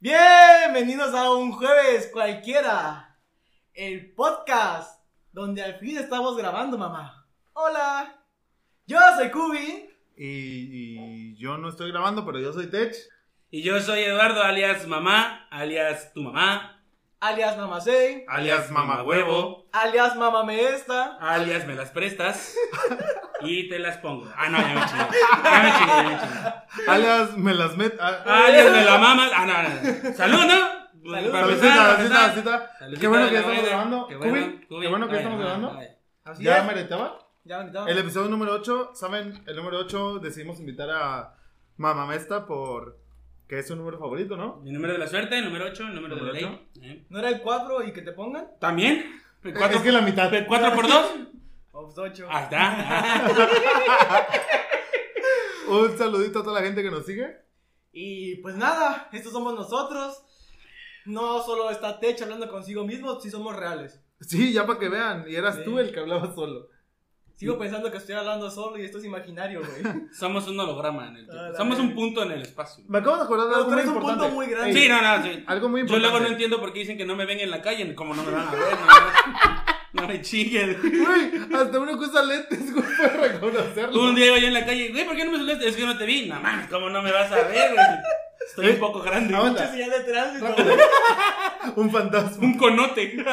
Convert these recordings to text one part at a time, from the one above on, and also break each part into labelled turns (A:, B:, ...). A: Bienvenidos a un jueves cualquiera, el podcast donde al fin estamos grabando, mamá. Hola, yo soy Kubi.
B: Y, y yo no estoy grabando, pero yo soy Tech.
C: Y yo soy Eduardo, alias mamá, alias tu mamá,
A: alias Mamacey,
B: Alias mamahuevo.
A: alias Mamá Meesta.
C: alias me las prestas y te las pongo. Ah, no, ya me chingué. Ya me chingué, ya me chingué.
B: Alias me las met. ah, a-
C: Alias me la mamas. Ah, no, no. Salud, ¿no?
A: Salud.
B: Saludcita,
C: Para empezar, para
B: saludcita,
C: empezar.
B: saludcita.
C: Saludcita
B: Qué bueno
C: de
B: que
C: la
B: estamos
C: buena.
B: grabando.
C: Qué
B: Kubi, Qué bueno que
C: Ay,
B: estamos
C: ay,
B: grabando.
C: ay.
A: Así
B: ¿Ya
A: es.
B: meritaba?
A: Ya me quitaba.
B: El episodio número 8, ¿saben? El número 8 decidimos invitar a Mamá Mesta por... Que es su número favorito, ¿no?
C: Mi número de la suerte, el número 8, el número de la
B: ¿Número
C: ley. ¿eh?
A: ¿No era el 4 y que te pongan?
C: ¿También?
B: Es que la mitad.
C: 4 por 2?
A: O 8.
C: Ah, está.
B: Un saludito a toda la gente que nos sigue.
A: Y pues nada, estos somos nosotros. No solo está Tech hablando consigo mismo, sí somos reales.
B: Sí, ya para que vean. Y eras
A: Sí.
B: tú el que hablaba solo.
A: Sigo pensando que estoy hablando solo y esto es imaginario, güey.
C: Somos un holograma en el
A: Ah,
C: tiempo.
A: la
C: Somos un
A: verga.
C: punto en el espacio.
B: Me acabo de acordar de
A: Pero
B: algo
A: tú
B: muy
A: eres un
B: importante.
A: punto muy grande.
C: Sí, no, no, sí.
B: Algo muy
C: Yo
B: importante.
C: luego no entiendo por qué dicen que no me ven en la calle, como no me van a ver, no, no me chinguen.
B: Güey, hasta uno que usa lentes, güey, puede reconocerlo.
C: Un día iba yo en la calle, güey, ¿por qué no me saludaste? Es que no te vi, no mames, ¿cómo no me vas a ver? güey? Estoy un poco grande.
B: Eh, Ahora-
A: Mucha señal de tránsito,
B: Rápido.
A: güey.
B: Un fantasma.
C: Un conote.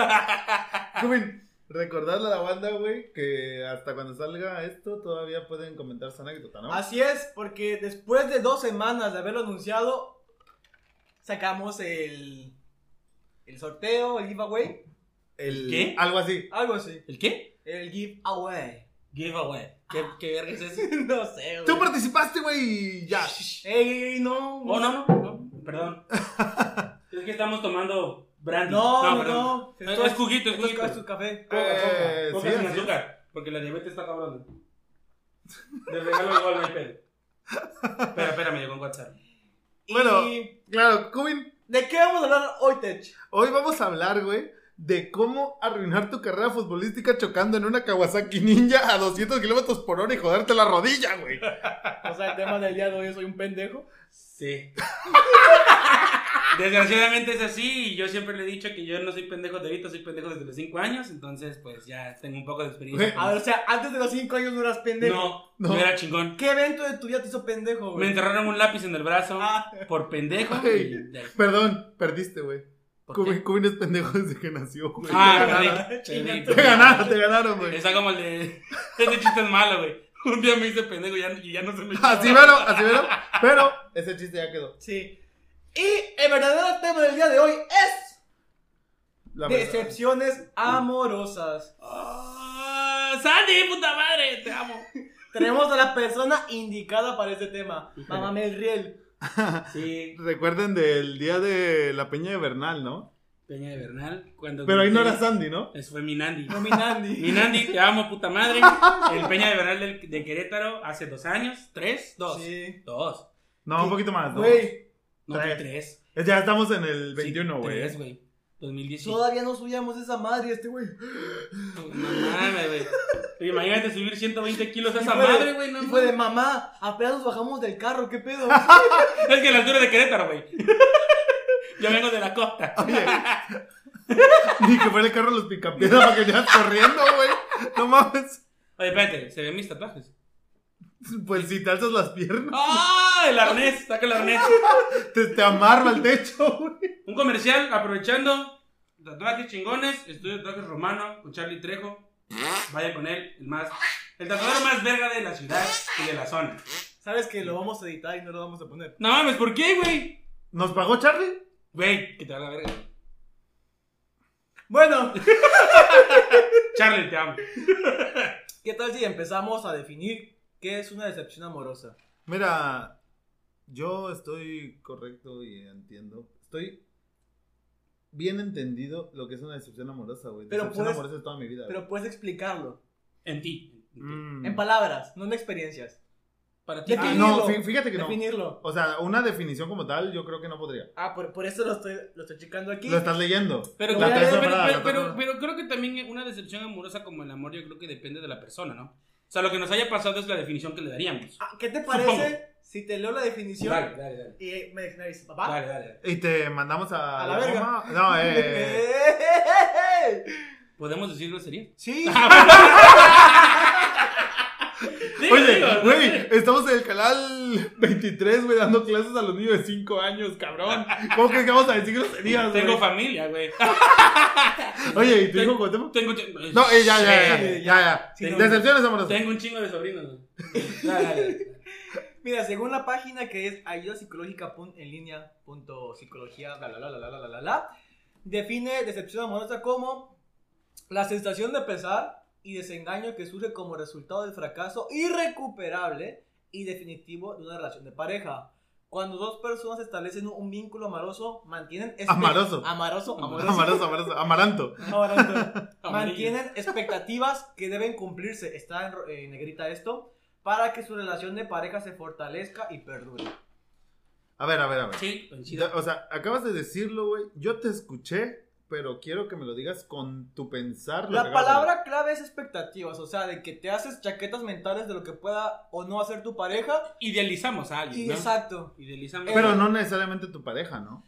B: Joven, recordadle a la banda, güey, que hasta cuando salga esto todavía pueden comentar su anécdota, ¿no?
A: Así es, porque después de dos semanas de haberlo anunciado, sacamos el, el sorteo, el giveaway,
B: El-
C: ¿Qué?
B: Algo así.
A: algo así.
C: ¿El qué?
A: El giveaway.
C: Giveaway. ¿Qué, qué verga es eso?
A: no sé,
B: Tú
A: güey.
B: participaste, güey, y ya.
A: Ey, ey, ey, no.
C: Oh, no, no, no, perdón. Es que estamos tomando brandy.
A: No, no,
C: perdón.
A: no.
C: Es- es juguito, es
A: Esto
C: juguito.
A: es tu café.
B: Eh,
C: Coca
B: sí,
C: sin
B: así es.
C: azúcar, porque la diabetes está cabrón. Le regalo igual, no hay pedo. Espera, espera, me llegó un WhatsApp.
B: Bueno.
A: ¿Y
B: Claro, Cubin,
A: de qué vamos a hablar hoy, Tech?
B: hoy vamos a hablar, güey, de cómo arruinar tu carrera futbolística chocando en una Kawasaki Ninja a 200 kilómetros por hora y joderte la rodilla, güey.
A: O sea, el tema del día de hoy, soy un pendejo.
C: Sí. Desgraciadamente es así y yo siempre le he dicho que yo no soy pendejo de ahorita, soy pendejo desde los 5 años, entonces pues ya tengo un poco de experiencia.
A: A ver, o sea, antes de los 5 años no eras pendejo.
C: no,
B: No.
C: no, era chingón.
A: ¿Qué evento de tu vida te hizo pendejo,
C: Me
A: güey?
C: enterraron un lápiz en el brazo
A: Ah.
C: por pendejo.
B: Ay.
C: y de ahí.
B: Perdón, perdiste, güey.
C: ¿Por
B: Cubin,
C: qué?
B: Cubin es pendejo desde que nació, güey.
C: Ah,
B: te ganaron.
C: perdí,
A: Chinga
C: perdí,
A: tu
B: Te
C: perdí.
B: ganaron, te ganaron, güey.
C: Está como el de... Ese chiste es malo, güey. Un día me hice pendejo y ya, y ya no se me...
B: Así mero, así mero. Pero ese chiste ya quedó.
A: Sí. Y el verdadero tema del día de hoy es...
B: La verdad.
A: Decepciones amorosas.
C: Ah, Sandy, puta madre, te amo.
A: Tenemos a la persona indicada para este tema, Mamá Melriel.
C: Sí,
B: Recuerden del día de la Peña de Bernal, ¿no?
C: Peña de Bernal. Cuando
B: Pero ahí no
C: grité,
B: era Sandy, ¿no?
C: Eso fue mi Nandi. Mi
A: Nominandi.
C: Nandi, te amo, puta madre. El Peña de Bernal del- de Querétaro hace dos años. ¿Tres? Dos.
A: Sí.
C: Dos.
B: No, un poquito más. ¿no?
A: Güey,
C: No, fue
B: Tres.
C: tres.
B: Ya estamos en el
C: Sí,
B: 21, güey.
C: Tres, güey. 2018.
A: todavía no subíamos esa madre este güey.
C: No mames, güey. Oye, Imagínate subir 120 kilos a
A: Y
C: esa
A: fue de-
C: madre, güey. No,
A: Y fue de
C: mames.
A: mamá, apenas nos bajamos del carro, ¿qué pedo?
C: Es que la altura de Querétaro, güey. Yo vengo de la costa.
B: Oye. Ni que fuera el carro de los picapiedras para que venías corriendo, güey. No mames.
C: Oye, espérate, se ven mis tatuajes.
B: Pues si te alzas las piernas,
C: ¡Ah! El arnés, saca el arnés.
B: te, te amarra al techo, güey.
C: Un comercial aprovechando tatuajes chingones, estudio de tatuajes romano con Charlie Trejo. Vaya con él, el más el tatuador más verga de la ciudad y de la zona.
A: Sabes que lo vamos a editar y no lo vamos a poner.
C: No mames, ¿por qué, güey?
B: ¿Nos pagó Charlie?
C: Güey, que te va la verga.
A: Bueno,
C: Charlie, te amo.
A: ¿qué tal si empezamos a definir qué es una decepción amorosa?
B: Mira, yo estoy correcto y entiendo. Estoy bien entendido lo que es una decepción amorosa, güey.
A: Pero
B: Decepción
A: puedes-
B: amorosa de toda mi vida.
A: Pero puedes explicarlo.
C: En ti.
B: güey. Mm.
A: En palabras, no en experiencias.
C: Para ti.
B: Ah,
A: Definirlo.
B: no, fí- fíjate que no.
A: Definirlo.
B: O sea, una definición como tal, yo creo que no podría.
A: Ah, por, por eso lo estoy, lo estoy checando aquí.
B: Lo estás leyendo.
C: Pero,
A: La
C: pero-
B: tercera
C: pero-
B: parada,
C: pero-
B: la
C: pero-
B: tercera.
C: pero creo que también una decepción amorosa como el amor, yo creo que depende de la persona, ¿no? O sea, lo que nos haya pasado es la definición que le daríamos.
A: Ah, ¿Qué te parece
C: Supongo.
A: si te leo la definición
C: Dale, dale, dale.
A: y me, me dices, papá.
C: Dale, dale.
B: Y te mandamos a,
A: A la verga.
B: Roma. No, eh.
C: ¿Podemos decir grosería?
A: Sí,
B: Ah, Oye, güey, estamos en el canal 23, güey, dando clases a los niños de 5 años, cabrón. ¿Cómo crees que vamos a decir groserías,
C: Tengo
B: güey?
C: familia, güey.
B: Oye, ¿y tu hijo Cuauhtémoc?
C: Tengo
B: No, eh, ya, ya, ya,
A: Sí,
B: ya, ya.
A: Sí, no.
B: Decepciones amorosas.
C: Tengo un chingo de sobrinos, güey. Dale, dale.
A: mira, según la página que es ayuda psicológica pun- en línea punto psicología, bla, bla, bla, bla, bla, bla, bla, bla, define decepción amorosa como la sensación de pesar y desengaño que surge como resultado del fracaso irrecuperable y definitivo de una relación de pareja. Cuando dos personas establecen un vínculo amoroso, mantienen... espe-
B: Amaroso.
A: Amaroso, amoroso.
B: Amaroso, amaroso, amaranto.
A: amaranto.
C: Amarillo.
A: Mantienen expectativas que deben cumplirse, está en, ro- eh, negrita esto, para que su relación de pareja se fortalezca y perdure.
B: A ver, a ver, a ver.
C: Sí,
B: Ya, O sea, acabas de decirlo, güey. Yo te escuché, pero quiero que me lo digas con tu pensar. lo que
A: La
B: acabas de
A: palabra clave es expectativas, o sea, de que te haces chaquetas mentales de lo que pueda o no hacer tu pareja.
C: Idealizamos a alguien,
A: Y
C: ¿no?
A: exacto.
C: Idealizamos.
B: decir. Pero no necesariamente tu pareja, ¿no?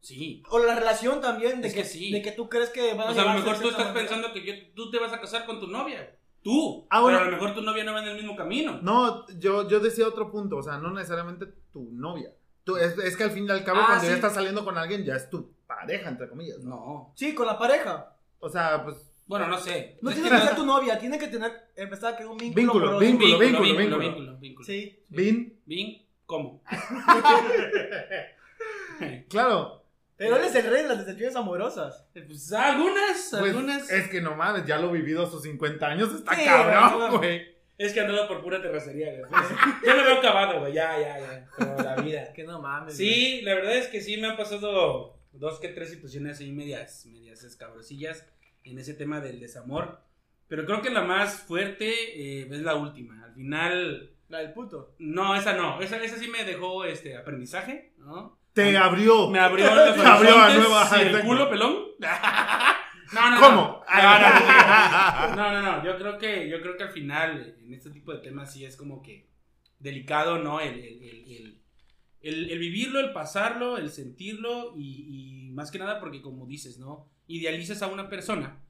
C: Sí.
A: O la relación también, de,
C: Es
A: que,
C: que sí.
A: de que tú crees que van a
C: O sea, a lo
A: llevarse
C: mejor tú
A: cierta
C: estás
A: manera.
C: pensando que yo- tú te vas a casar con tu novia. Tú.
B: Ah, bueno.
C: Pero a lo mejor tu novia no va en el mismo camino.
B: No, yo, yo decía otro punto, o sea, no necesariamente tu novia. Tú, es, es que al fin y al cabo,
C: Ah,
B: cuando
C: sí.
B: ya estás saliendo con alguien, ya es tu pareja, entre comillas, ¿no?
C: No.
A: Sí, con la pareja.
B: O sea, pues,
C: Bueno, no sé.
A: No
C: Es
A: tiene
C: que
A: que ser tu novia, tiene que tener, empezar a crear un vínculo.
B: Vínculo,
A: amoroso.
B: vínculo.
C: vínculo, vínculo,
B: vínculo,
C: vínculo,
B: vínculo.
C: vínculo, vínculo.
A: Sí.
B: Bin.
C: Vin, ¿cómo?
B: Claro,
A: Pero él es el rey de las decepciones amorosas.
C: Pues algunas,
B: pues,
C: algunas.
B: es que no mames, ya lo vivido a sus 50 años, está
A: Sí,
B: cabrón,
A: güey.
B: güey.
C: Es que andaba por pura terracería, güey. Ya lo veo acabado, güey. Ya, ya, ya. Pero la vida.
A: Que no mames. güey.
C: Sí, la verdad es que sí me han pasado dos que tres situaciones ahí medias, medias escabrosillas en ese tema del desamor. Pero creo que la más fuerte eh, es la última. Al final,
A: La del puto.
C: no, esa no. Esa, esa sí me dejó este aprendizaje, ¿no?
B: Te abrió.
C: Me abrió los
B: Te abrió a
C: horizontes
B: nueva-
C: y el
B: exacto.
C: culo pelón. No, no, no.
B: ¿Cómo? Ah,
C: No, no, no, no, no, no, yo creo que, yo creo que al final, en este tipo de temas sí es como que delicado, ¿no? El, el- el- el- el- el vivirlo, el pasarlo, el sentirlo y, y más que nada porque como dices, ¿no? Idealizas a una persona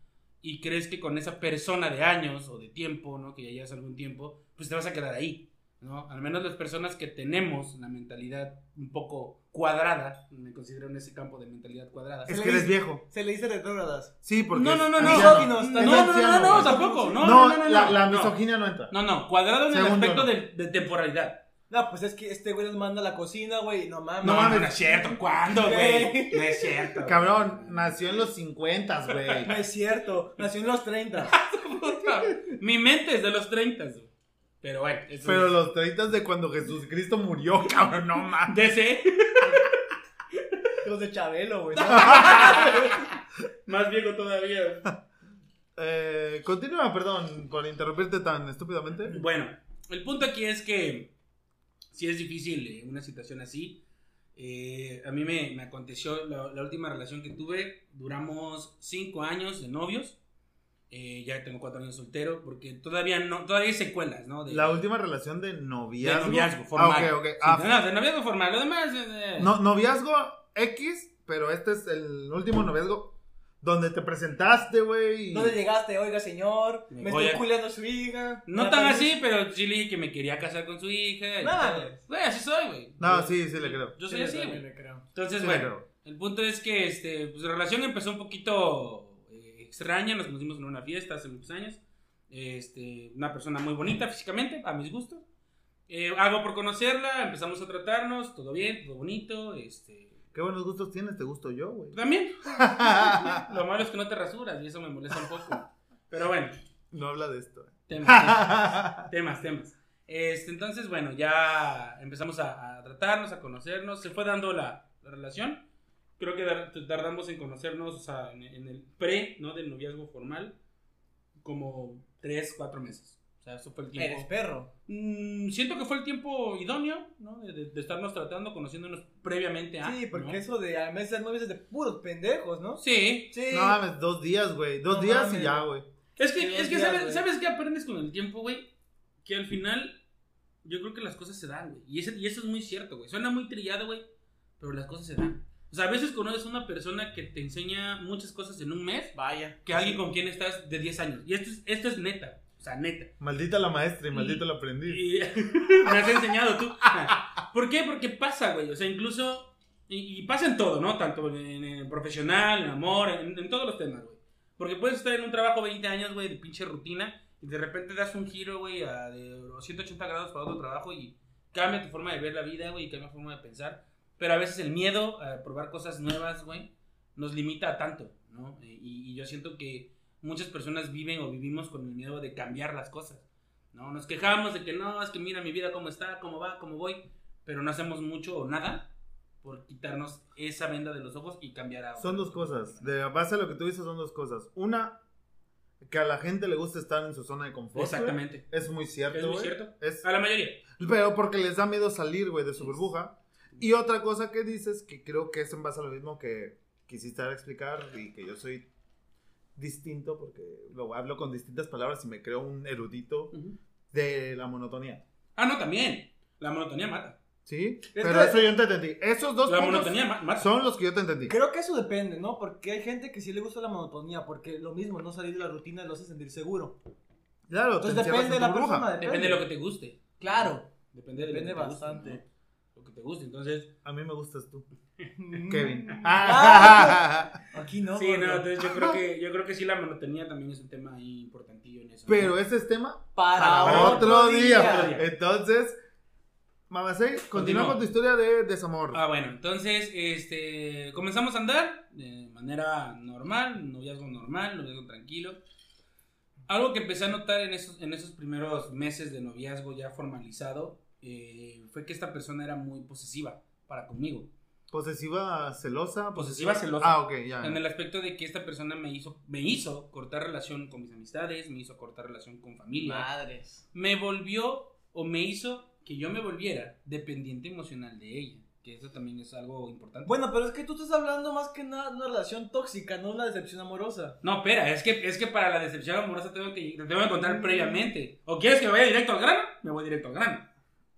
C: y crees que con esa persona de años o de tiempo, ¿no? Que ya llevas algún tiempo, pues te vas a quedar ahí, ¿no? Al menos las personas que tenemos la mentalidad un poco cuadrada, me considero en ese campo de mentalidad cuadrada.
B: Es que eres viejo.
A: Se le dice retrógradas.
B: Sí, porque.
C: No, no, no,
B: es
C: no.
B: anciano.
A: Misóginos,
B: Es
C: No,
A: también.
C: no, no,
B: anciano,
C: no, no,
B: güey.
C: tampoco. No,
B: No,
C: no, no, no,
B: la,
C: no.
B: la
C: No.
B: misoginia no entra.
C: No, no, cuadrado en
B: Segundo,
C: el aspecto
B: no.
C: de, de temporalidad.
A: No, pues es que este güey nos manda a la cocina, güey. No mames.
B: No mames.
C: es cierto. ¿Cuándo,
A: Güey.
C: No es cierto.
B: Cabrón, nació en los 50, güey.
A: No es cierto. Nació en los 30.
C: Puta, Mi mente es de los 30, güey. Pero bueno, eso
B: Pero
C: es.
B: los 30 de cuando Jesucristo murió, cabrón, no mames.
C: DC,
A: Los de Chabelo, güey.
C: más viejo todavía.
B: Eh, continúa, perdón, por interrumpirte tan estúpidamente.
C: Bueno, el punto aquí es que si es difícil eh, una situación así. Eh, a mí me, me aconteció la, la última relación que tuve. Duramos cinco años de novios. Eh, ya tengo cuatro años soltero porque todavía no, todavía hay secuelas, ¿no? De,
B: La última relación de noviazgo.
C: De noviazgo formal.
B: Ah, ok, ok.
C: Sí,
B: Ah,
C: no, no, de noviazgo formal. Lo demás. eh,
B: no, noviazgo X, pero este es el último noviazgo donde te presentaste, güey. y-
A: ¿Dónde llegaste? Oiga, señor.
C: Me
A: Me
C: voy
A: estoy
C: a-
A: culiando a su hija.
C: No
A: ¿Me
C: tan
A: apagas?
C: así, pero sí le dije que me quería casar con su hija. y
A: No,
C: todo.
A: mames.
C: Güey, así soy, güey.
B: No,
C: Yo-
B: sí, sí le creo.
C: Yo
A: Sí,
C: soy así,
A: también
C: güey.
A: le creo.
C: Entonces,
B: Sí,
C: bueno,
B: pero-
C: el punto es que este, pues, la relación empezó un poquito eh, extraña. Nos conocimos en una fiesta hace muchos años. Este, una persona muy bonita físicamente, a mis gustos. Eh, algo por conocerla, empezamos a tratarnos, todo bien, todo bonito. Este,
B: Qué buenos gustos tienes, te gusto yo, güey.
C: también. Lo malo es que no te rasuras y eso me molesta un poco. Pero bueno,
B: no habla de esto.
C: tema. Temas, temas. Este, entonces, bueno, ya empezamos a, a tratarnos, a conocernos. Se fue dando la, la relación. Creo que dar- tardamos en conocernos, o sea, en, en el pre, ¿no? Del noviazgo formal, como tres, cuatro meses. O sea, eso fue el
A: Eres
C: tiempo.
A: perro.
C: Mm, siento que fue el tiempo idóneo, ¿no? De, de- de estarnos tratando, conociéndonos previamente a.
A: Sí, porque
C: ¿no?
A: eso de a veces ser novios es de puros pendejos, ¿no?
C: Sí.
A: Sí.
B: No mames, dos días, güey. Dos
A: No
B: días
A: mames.
B: y ya, güey.
C: Es que,
A: Sí,
C: es que
A: ya,
C: ¿sabes,
A: güey.
C: ¿sabes qué aprendes con el tiempo, güey? Que al final yo creo que las cosas se dan, güey. Y, ese- y eso es muy cierto, güey. Suena muy trillado, güey, pero las cosas se dan. O sea, a veces conoces a una persona que te enseña muchas cosas en un mes
A: Vaya.
C: que alguien con quien estás de 10 años. Y esto es, esto es neta, o sea, neta.
B: Maldita la maestra y maldito el aprendiz.
C: Y me has enseñado tú. ¿Por qué? Porque pasa, güey. O sea, incluso. Y, y pasa en todo, ¿no? Tanto en, el profesional, en amor, en, en todos los temas, güey. Porque puedes estar en un trabajo 20 años, güey, de pinche rutina. Y de repente das un giro, güey, a de 180 grados para otro trabajo. Y cambia tu forma de ver la vida, güey. Y cambia tu forma de pensar. Pero a veces el miedo a probar cosas nuevas, güey, nos limita a tanto, ¿no? Eh, Y, y yo siento que muchas personas viven o vivimos con el miedo de cambiar las cosas. No, nos quejamos de que no, es que mira mi vida cómo está, cómo va, cómo voy, pero no hacemos mucho o nada por quitarnos esa venda de los ojos y cambiar a...
B: Son dos cosas. De base a lo que tú dices son dos cosas. Una, que a la gente le gusta estar en su zona de confort. güey.
C: Exactamente.
B: Es muy cierto.
C: Es muy
B: güey.
C: cierto.
B: Es-
C: A la mayoría.
B: pero porque les da miedo salir, güey, de su
C: Sí.
B: burbuja. Y otra cosa que dices, que creo que es en base a lo mismo que quisiste dar a explicar y que yo soy distinto porque lo hablo con distintas palabras y me creo un erudito
C: Ujú.
B: de la monotonía.
C: Ah, no, también. La monotonía mata.
B: ¿Sí?
A: que-
B: Pero eso yo te entendí. Esos dos
C: La
B: puntos
C: monotonía ma- mata.
B: son los que yo te entendí.
A: Creo que eso depende, ¿no? Porque hay gente que sí le gusta la monotonía, porque lo mismo, no salir de la rutina lo hace sentir seguro.
B: Claro, te
A: Entonces
B: encierras
A: depende
B: en
A: de
B: tu
A: la
B: burbuja.
A: persona,
C: Depende de lo que te guste.
A: Claro.
C: Depende, de lo
A: Depende
C: que te guste,
A: bastante.
C: ¿no? Lo que te guste, entonces...
B: A mí me gustas tú,
A: Mm.
B: Kevin.
A: Ah, aquí no.
C: sí,
A: gordo.
C: no, entonces yo creo, que, yo creo que sí, la monotonía también es un tema ahí importantillo en eso. ¿no?
B: Pero ese es tema
A: Para,
B: para
A: otro, día.
C: Otro día.
B: Entonces, Mamacé, continúa
C: Continúa.
B: con tu historia de desamor.
C: Ah, bueno, entonces, este, comenzamos a andar de manera normal, noviazgo normal, noviazgo tranquilo. Algo que empecé a notar en esos, en esos primeros meses de noviazgo ya formalizado eh, fue que esta persona era muy posesiva para conmigo.
B: Posesiva celosa.
C: Posesiva celosa.
B: Ah, ok, ya.
C: En el aspecto de que esta persona me hizo, me hizo cortar relación con mis amistades, me hizo cortar relación con familia.
A: Madres.
C: me volvió o me hizo que yo me volviera dependiente emocional de ella. Que eso también es algo importante.
A: Bueno, pero es que tú estás hablando más que nada de una relación tóxica, no una decepción amorosa.
C: No, espera, es que, es que para la decepción amorosa tengo que, te tengo que contar previamente. ¿O quieres que me vaya directo al grano? Me voy directo al grano.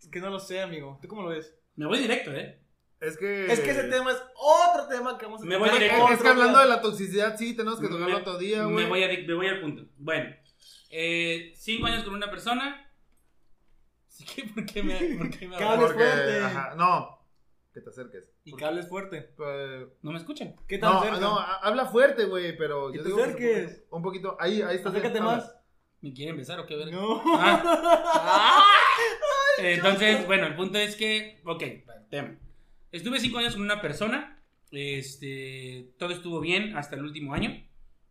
A: Es que no lo sé, amigo. ¿Tú cómo lo ves?
C: Me voy directo, ¿eh?
B: Es que.
A: Es que ese tema es otro tema que vamos a
C: Me voy
B: Es que-
C: directo.
B: es que hablando de la toxicidad, sí, tenemos que tocarlo
C: Me-
B: otro día,
C: Me
B: güey.
C: voy, a di- me voy al punto. Bueno, eh, cinco años con una persona. Así que, ¿por qué me, por qué me
A: ¿Qué hables
B: Porque,
A: fuerte.
B: ajá, no. Que te acerques.
A: Y que hables fuerte.
B: Eh,
C: No me escuchan.
A: ¿Qué tan
B: no,
A: cerca?
B: no, ha- habla fuerte, güey, pero
A: Que
B: yo
A: te
B: digo que
A: acerques.
B: un poquito- un poquito, ahí, ahí está.
A: Acércate
B: habla.
A: más.
C: ¿Me quieren besar o qué? verga?
A: No.
C: Ah. Entonces, bueno, el punto es que, ok, tema. Estuve cinco años con una persona, este, todo estuvo bien hasta el último año.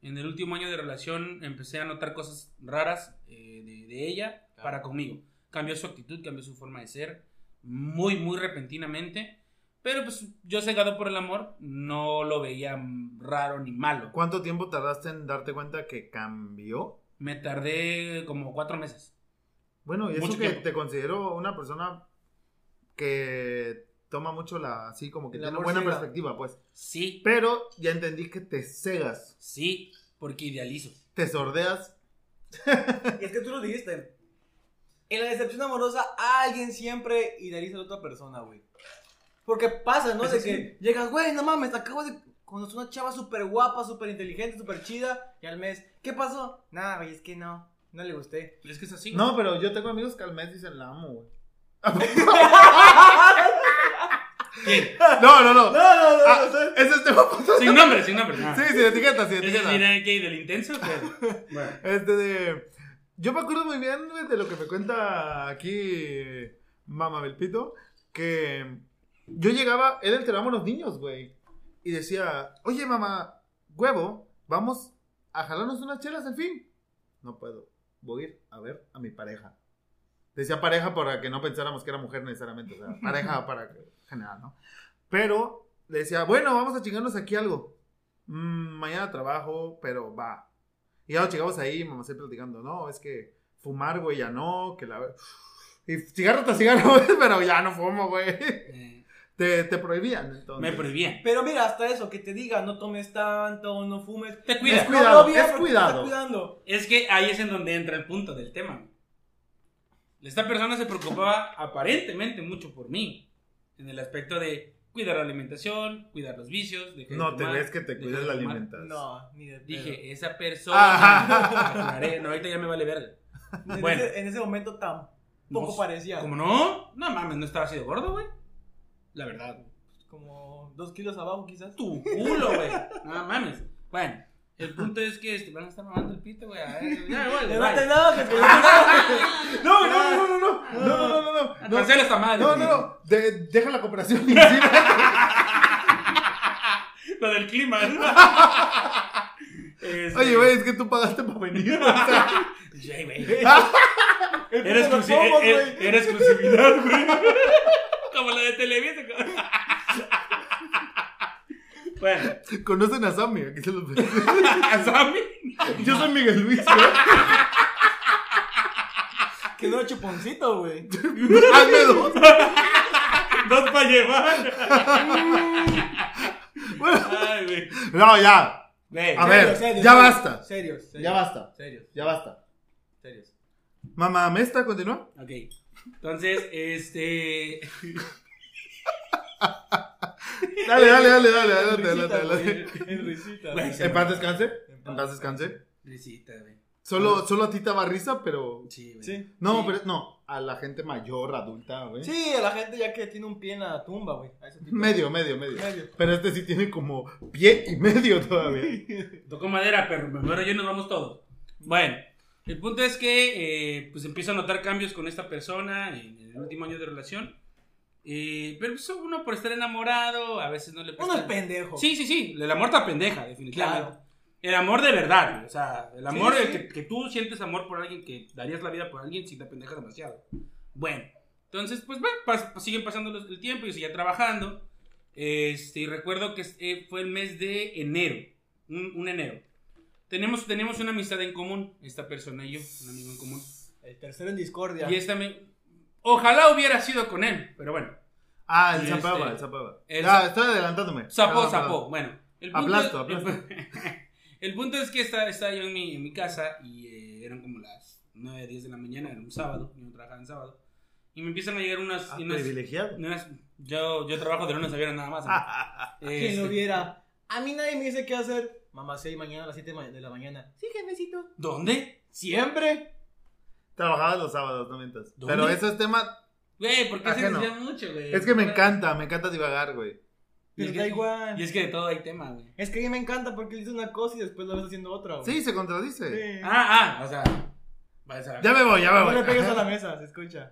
C: En el último año de relación empecé a notar cosas raras eh, de, de ella para conmigo. Cambió su actitud, cambió su forma de ser, muy, muy repentinamente. Pero pues yo cegado por el amor, no lo veía mm, raro ni malo.
B: ¿Cuánto tiempo tardaste en darte cuenta que cambió?
C: Me tardé como cuatro meses.
B: Bueno, y eso
C: Mucho
B: que
C: tiempo.
B: te considero una persona que toma mucho la. Así como que
A: El
B: tiene
A: amor
B: buena
A: ciega.
B: perspectiva, pues.
C: Sí,
B: Pero ya entendí que te cegas,
C: Sí, porque idealizo.
B: te sordeas.
A: Y es que tú lo dijiste. En la decepción amorosa, alguien siempre idealiza a la otra persona, güey. Porque pasa, ¿no?
C: Eso
A: De
C: sí.
A: que llegas, güey, no mames, acabo de conocer una chava súper guapa, súper inteligente, súper chida. Y al mes, ¿qué pasó? Nada, güey, es que no. No le gusté.
C: Es que es así.
B: No, pero yo tengo amigos que al mes dicen la amo, güey.
C: ¿Quién?
B: No, no,
A: no,
B: no.
A: no.
B: Ah, ese es tema.
C: Sin nombre, sin nombre.
B: Sí, sin etiqueta, sin
C: ¿Es
B: etiqueta.
C: decir, que del intenso? Pero... Bueno.
B: Este de. Yo me acuerdo muy bien güey, de lo que me cuenta aquí Mamá Belpito. Que yo llegaba, era el que éramos los niños, güey. Y decía, oye, mamá, huevo, vamos a jalarnos unas chelas al fin. No puedo, voy a ir a ver a mi pareja. Decía pareja para que no pensáramos que era mujer necesariamente, o sea, pareja para que, general, ¿no? Pero le decía, bueno, vamos a chingarnos aquí algo. "Mm, mañana trabajo, pero va. Y ya llegamos ahí, mamá se platicando, no, es que fumar, güey, ya no, que la... Y cigarro tras cigarro, güey, pero ya no fumo, güey.
C: eh,
B: Te, te prohibían, entonces.
C: me prohibía.
A: Pero mira, hasta eso, que te diga, no tomes tanto, no fumes.
C: Te
B: Es
C: cuidas.
A: No,
B: cuidado,
A: no, bien,
B: es
A: porque te
B: cuidado.
A: estás cuidando.
C: Es que ahí es en donde entra el punto del tema. Esta persona se preocupaba aparentemente mucho por mí, en el aspecto de cuidar la alimentación, cuidar los vicios. dejar de
B: No te
C: tomar,
B: ves que te
C: dejar
B: cuides
C: de
B: la
C: fumar.
B: alimentación.
A: No, ni de pedo.
C: Dije, esa
B: Ah.
C: persona. aclaré, no, ahorita ya me vale verga.
A: En,
C: bueno.
A: ese, en ese momento tampoco
C: No,
A: parecía.
C: ¿Cómo no? No mames, no estaba así de gordo, güey. La verdad, güey.
A: Como dos kilos abajo, quizás.
C: tu culo, güey. No mames. Bueno, el punto es que este, van a estar mamando el pito, güey. A ver, ya, igual,
A: Te
C: bye.
A: mate, no, que te-
B: No, no, no, no, no, no, no, no, no, no.
C: Cancela esta madre.
B: No, no,
C: güey.
B: no. De- deja la cooperación inclusiva.
C: Lo del clima. Este,
B: Oye, güey, es que tú pagaste para venir. o sea,
C: Ey, güey.
B: te
C: Era,
B: la
C: exclusi-
B: tomas,
C: eh,
B: güey.
C: eh, era exclusividad, güey. Como la de Televisa. cabrón. bueno,
B: Conocen a Sammy, aquí se los
C: a Sammy.
B: Yo soy Miguel Luis, güey.
A: Quedó chuponcito, güey.
B: Hazme dos.
C: Dos para llevar.
B: Bueno,
C: Ay, güey.
B: no, ya.
C: Güey.
B: A ver, ya basta.
A: Serios, serios.
B: Ya basta.
A: Serios,
B: Ya basta.
A: serios.
B: Mamá, ¿mesta continúa?
C: Ok. Entonces, este.
B: Dale, dale, dale, dale, adelante, adelante,
A: Risita,
B: adelante.
A: güey, en risita,
C: Güey,
A: güey.
C: se-
B: En paz descanse.
A: En
B: En
A: paz.
B: paz descanse.
C: Risita, güey.
B: Solo, solo a ti te daba risa, pero.
C: Sí, güey.
A: Sí.
B: No,
C: Ah. Sí.
B: pero no. A la gente mayor, adulta, güey.
A: Sí, a la gente ya que tiene un pie en la tumba, güey. A ese tipo.
B: Medio, medio, medio.
A: Medio.
B: Pero este sí tiene como pie y medio todavía.
C: Toco madera, pero me muero yo y nos vamos todos. Bueno, el punto es que eh, pues empiezo a notar cambios con esta persona en el último año de relación. Eh, pero pues, uno por estar enamorado, a veces no le
A: Uno es
C: presta...
A: pendejo.
C: Sí, sí, sí, el amor está pendeja, definitivamente.
A: Claro.
C: El amor de verdad, güey, o sea, el amor
A: Sí,
C: el
A: sí.
C: Que, que tú sientes amor por alguien, que darías la vida por alguien si te pendejas demasiado. Bueno, entonces, pues, bueno, pas- pues, siguen pasando los- el tiempo, yo seguía trabajando. Este, y recuerdo que eh, fue el mes de enero, un, un enero. Tenemos, tenemos una amistad en común, esta persona y yo, un amigo en común.
A: El tercero en discordia.
C: Y esta me- Ojalá hubiera sido con él, pero bueno.
B: Ah,
C: Y
B: el zapaba,
C: este-
B: el zapaba.
C: el
B: Ah,
C: zap-
B: estoy adelantándome.
C: Sapo,
B: Ah,
C: sapo. Bueno, el punto,
B: Aplasto, aplasto.
C: El punto es que estaba, estaba yo en mi, en mi casa y eh, eran como las 9, 10 de la mañana, era un sábado, yo no trabajaba en sábado. Y me empiezan a llegar unas.
B: Ah,
C: unas-
B: privilegiado.
C: unas- yo, yo trabajo de lunes a viernes nada más. ¿no?
A: Quien
C: Este,
A: lo viera. A mí nadie me dice qué hacer. Mamá, 6 mañana a las 7 de la mañana. Sí, jefecito.
C: ¿Dónde?
A: Siempre.
B: Trabajaba los sábados, no mientas.
C: ¿Dónde? Eh,
B: Pero ese es tema.
C: Güey, ¿por qué se
B: Ajeno.
C: desvía mucho, güey?
B: Es que me encanta, me encanta divagar, güey.
C: Y es
A: Pero
C: que-
A: da igual.
C: Y es que de todo hay tema, güey.
A: Es que a mí me encanta porque dice una cosa y después la ves haciendo otra, güey.
B: Sí, se contradice.
A: Sí.
C: Ah, ah, o sea. vayas a la-
B: Ya me voy, ya me
A: No
B: voy. Ah.
A: le pegues a la mesa, se escucha.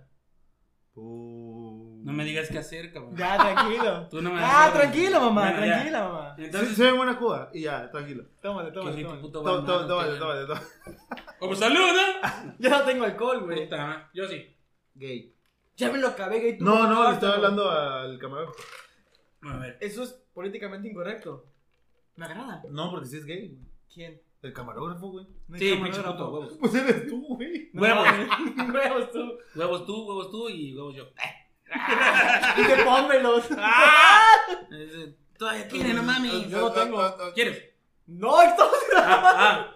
B: Uh.
C: No me digas qué hacer, cabrón.
A: Ya, tranquilo.
C: Tú no me das
A: ah,
C: orden.
A: tranquilo, mamá,
C: Bueno, ya.
A: tranquila, mamá.
B: Entonces,
C: Entonces,
B: se ve buena cuba y ya, tranquilo.
A: Tómale,
C: que
A: tómale,
C: soy tu
A: tómale.
C: puto
B: Tó- tó-
C: barman,
B: Tómale,
C: cabrón.
B: tómale, tómale.
C: Oh, pues salud, ¿no?
A: Yo no tengo alcohol, güey.
C: Puta, madre. yo sí.
B: Gay.
A: Ya me lo acabé, gay. tú
B: No,
A: me
B: no, le
A: acabaste,
B: estoy
A: güey.
B: hablando al camarógrafo.
C: A ver.
A: Eso es políticamente incorrecto. Me agrada.
B: No, porque si es gay. güey.
A: ¿Quién?
B: El camarógrafo, güey.
A: No hay
C: Sí, pinche
A: camarógrafo.
C: puto, huevos.
B: Pues eres tú, güey.
A: No,
C: Huevos.
A: mames. Huevos tú.
C: Huevos tú, huevos tú y huevos yo. Ah.
A: Y te pónmelos.
C: Eh, Todavía tiene, no mames.
A: Ah. Yo no tengo.
C: ¿Quieres?
A: No, estamos
C: Ah,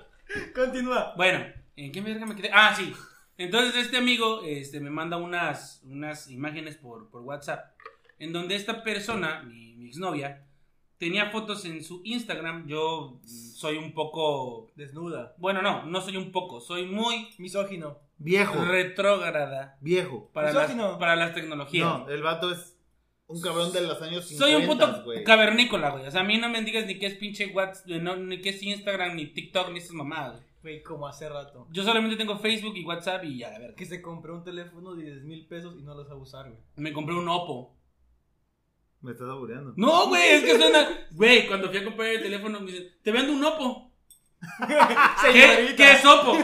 A: Continúa.
C: ah, bueno. ¿En qué verga me quedé? Ah, sí. Entonces este amigo este, me manda unas, unas imágenes por, por WhatsApp. En donde esta persona, mi, mi exnovia, tenía fotos en su Instagram. Yo mm, soy un poco...
A: Desnuda.
C: Bueno, no, no soy un poco. Soy muy
A: Misógino.
B: Viejo.
C: retrógrada
B: Viejo.
C: para las,
A: Misógino.
C: para las tecnologías.
B: No, el vato es un cabrón de los años 50.
C: Soy un puto
B: güey.
C: cavernícola, güey. O sea, a mí no me digas ni qué es pinche WhatsApp, no, ni qué es Instagram, ni TikTok, ni esas mamadas, güey.
A: Güey, como hace rato.
C: Yo solamente tengo Facebook y WhatsApp y ya, la verga.
A: Que se compró un teléfono de 10 mil pesos y no lo sabe usar, güey.
C: Me compré un Oppo.
B: Me estás abureando.
C: No, güey, es que suena. Güey, cuando fui a comprar el teléfono me dicen, te vendo un Oppo. ¿Qué,
A: Señorita.
C: ¿Qué es Oppo?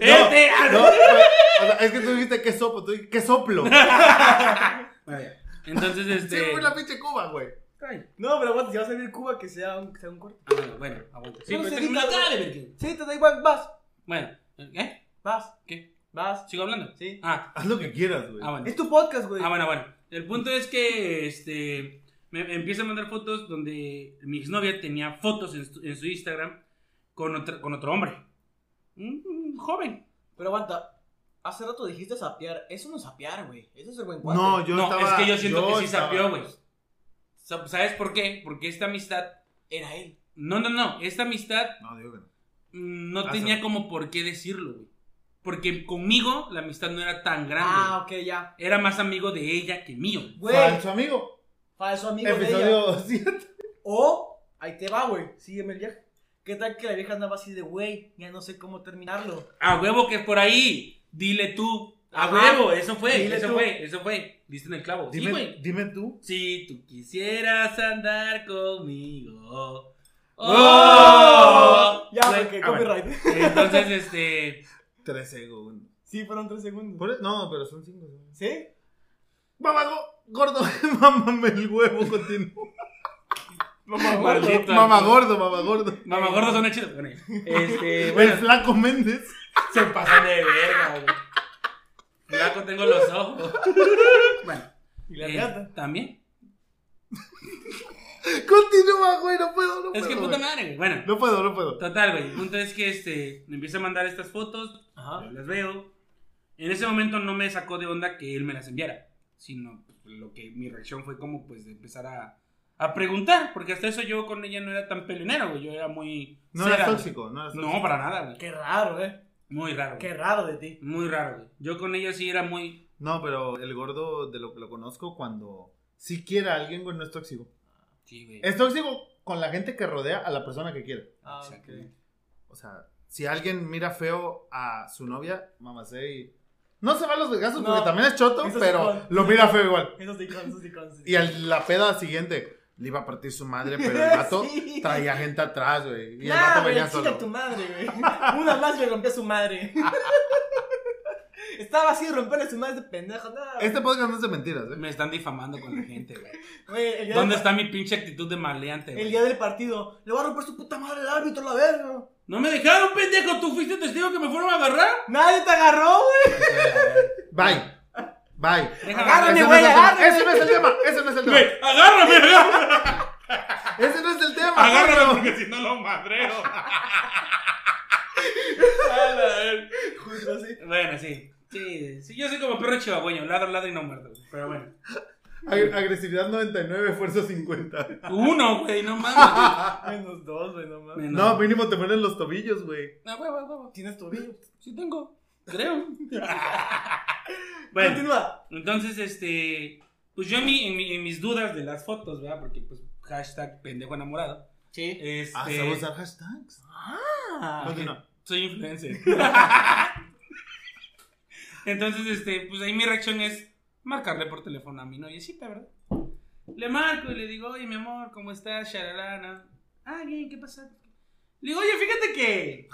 C: este. ah,
B: No, güey, o sea, es que tú dijiste que sopo, tú dijiste que soplo.
C: Vale. Entonces, este.
B: Sí, una pinche cuba, güey.
C: Ay.
A: No, pero aguanta, si vas a ir Cuba, que sea un, que sea un corte.
C: Ah, bueno, bueno, aguanta. Sí,
A: No
C: pero
A: se
C: tengo
A: diga-
C: una cara de verga.
A: Sí, te da igual, vas,
C: Bueno, ¿eh?
A: vas,
C: ¿Qué?
A: vas.
C: ¿Sigo hablando?
A: Sí.
C: Ah,
B: Haz lo que quieras, güey.
C: ah, bueno.
A: Es tu podcast, güey.
C: Ah, bueno, bueno. El punto es que este me, me empieza a mandar fotos donde mi exnovia tenía fotos en su, en su Instagram con otro, con otro hombre. Un, un joven.
A: Pero aguanta. Hace rato dijiste sapear. Eso no es sapear, güey. Eso es el buen cuate.
B: No, yo
C: no,
B: estaba.
C: es que yo siento que sí
B: estaba-
C: sapió, güey. Sa- ¿Sabes por qué? Porque esta amistad.
A: Era él.
C: No, no, no. Esta amistad
B: No, digo que no.
C: mm, no
B: Ah,
C: tenía
B: sí.
C: como por qué decirlo, güey. Porque conmigo la amistad no era tan grande.
A: Ah, ok, ya.
C: Era más amigo de ella que mío.
A: Güey,
B: Falso amigo.
A: falso amigo de ella.
B: Episodio 7.
A: O, ahí te va, güey. Sígueme el viaje. ¿Qué tal que la vieja andaba así de, güey, ya no sé cómo terminarlo?
C: A huevo que es por ahí. Dile tú. A
A: Ajá.
C: huevo, eso fue,
B: Dile
C: eso
B: tú.
C: fue, eso fue. Diste en el clavo. sí,
B: Dime,
C: güey.
B: dime tú.
C: Si tú quisieras andar conmigo.
B: ¡Oh!
C: ¡Oh!
A: Ya,
C: Güey,
A: porque
B: ah, bueno.
A: copyright.
C: Entonces, este.
B: Tres segundos.
A: Sí, fueron tres segundos.
B: Por- e-, No, pero son cinco segundos.
A: ¿Sí?
B: Mamá, go- gordo, mámame el huevo, continúa.
A: Mamá,
C: Maldito.
B: Mamá gordo, mamá gordo.
C: Mamá gordo son chido. Bueno, este.
B: El
C: Bueno,
B: flaco Méndez.
C: se pasan de verga, güey. Flaco tengo los ojos. Bueno.
A: Y la
C: eh,
A: gata.
C: También.
B: Continúa, güey, no puedo, no puedo.
C: Es que puta
B: güey.
C: madre, güey. Bueno.
B: No puedo, no puedo.
C: Total, güey. El punto es que este, me empieza a mandar estas fotos, Ah. yo las veo. En ese momento no me sacó de onda que él me las enviara, sino pues, lo que mi reacción fue como pues de empezar a, a preguntar, porque hasta eso yo con ella no era tan peleonero, güey. Yo era muy...
B: No
C: cera,
B: eras
C: güey.
B: tóxico, no eras tóxico.
C: No, para nada, güey.
A: Qué raro, eh.
C: Muy raro.
A: Qué
C: güey.
A: raro de ti.
C: Muy raro, güey. Yo con ella sí era muy...
B: No, pero el gordo, de lo que lo conozco, cuando si quiere a alguien, güey, no es tóxico.
C: Sí, güey.
B: Es tóxico con la gente que rodea a la persona que quiere.
A: Ah, ok.
C: Exactamente.
B: O sea, si alguien mira feo a su novia, mamacé y... No se va a los vergazos
A: No.
B: porque también es choto,
A: Eso sí,
B: pero
A: Juan.
B: lo mira feo igual.
A: Eso sí, con, eso sí, con.
B: Y a la peda siguiente le iba a partir su madre, pero el vato
A: Sí.
B: traía gente atrás, güey. Y el
A: Nah,
B: vato
A: güey,
B: venía
A: chinga
B: solo.
A: tu madre, güey. Una más le rompió a su madre. Estaba así de romperle a su madre de pendejo. nah.
B: Este podcast no es de mentiras, ¿eh?
C: Me están difamando con la gente, güey.
A: Güey, el día
C: ¿Dónde
A: del-
C: está mi pinche actitud de maleante,
A: El
C: güey?
A: día del partido. Le va a romper su puta madre al árbitro, la verga.
C: No me dejaron, pendejo. ¿Tú fuiste testigo que me fueron a agarrar?
A: Nadie te agarró, güey.
B: Bye. Bye.
C: Déjame-
A: Agárrame,
B: Ese no
A: güey,
B: es el tema.
A: agárrame.
B: Ese no es el tema, ese no es el tema.
C: Güey, agárrame, agárrame.
B: Ese no es el tema.
C: Agárralo
B: gordo.
C: porque si no lo madreo.
A: Justo así.
C: bueno, sí. Sí, sí, yo soy como perro chihuahueño, ladro, ladro y no muerto. güey. Pero bueno.
B: Ag- Agresividad 99, fuerza 50.
C: Uno, güey, no mames.
A: Menos dos, güey, no mames.
C: Menos.
B: No, mínimo te ponen los tobillos, güey.
C: No, güey, güey, güey.
A: Tienes tobillo.
C: Sí tengo, creo. bueno,
A: Continúa.
C: entonces, este... Pues yo en, mi- en mi- en mis dudas de las fotos, ¿verdad? Porque, pues, hashtag pendejo enamorado.
A: Sí.
C: Este,
B: Ah, ¿sabes usar hashtags?
A: Ah.
B: Continúa.
C: Soy influencer. Entonces, este, pues ahí mi reacción es marcarle por teléfono a mi noviecita, ¿verdad? Le marco y le digo, oye, mi amor, ¿cómo estás? Sharalana. Ah, bien, ¿qué pasa? Le digo, oye, fíjate que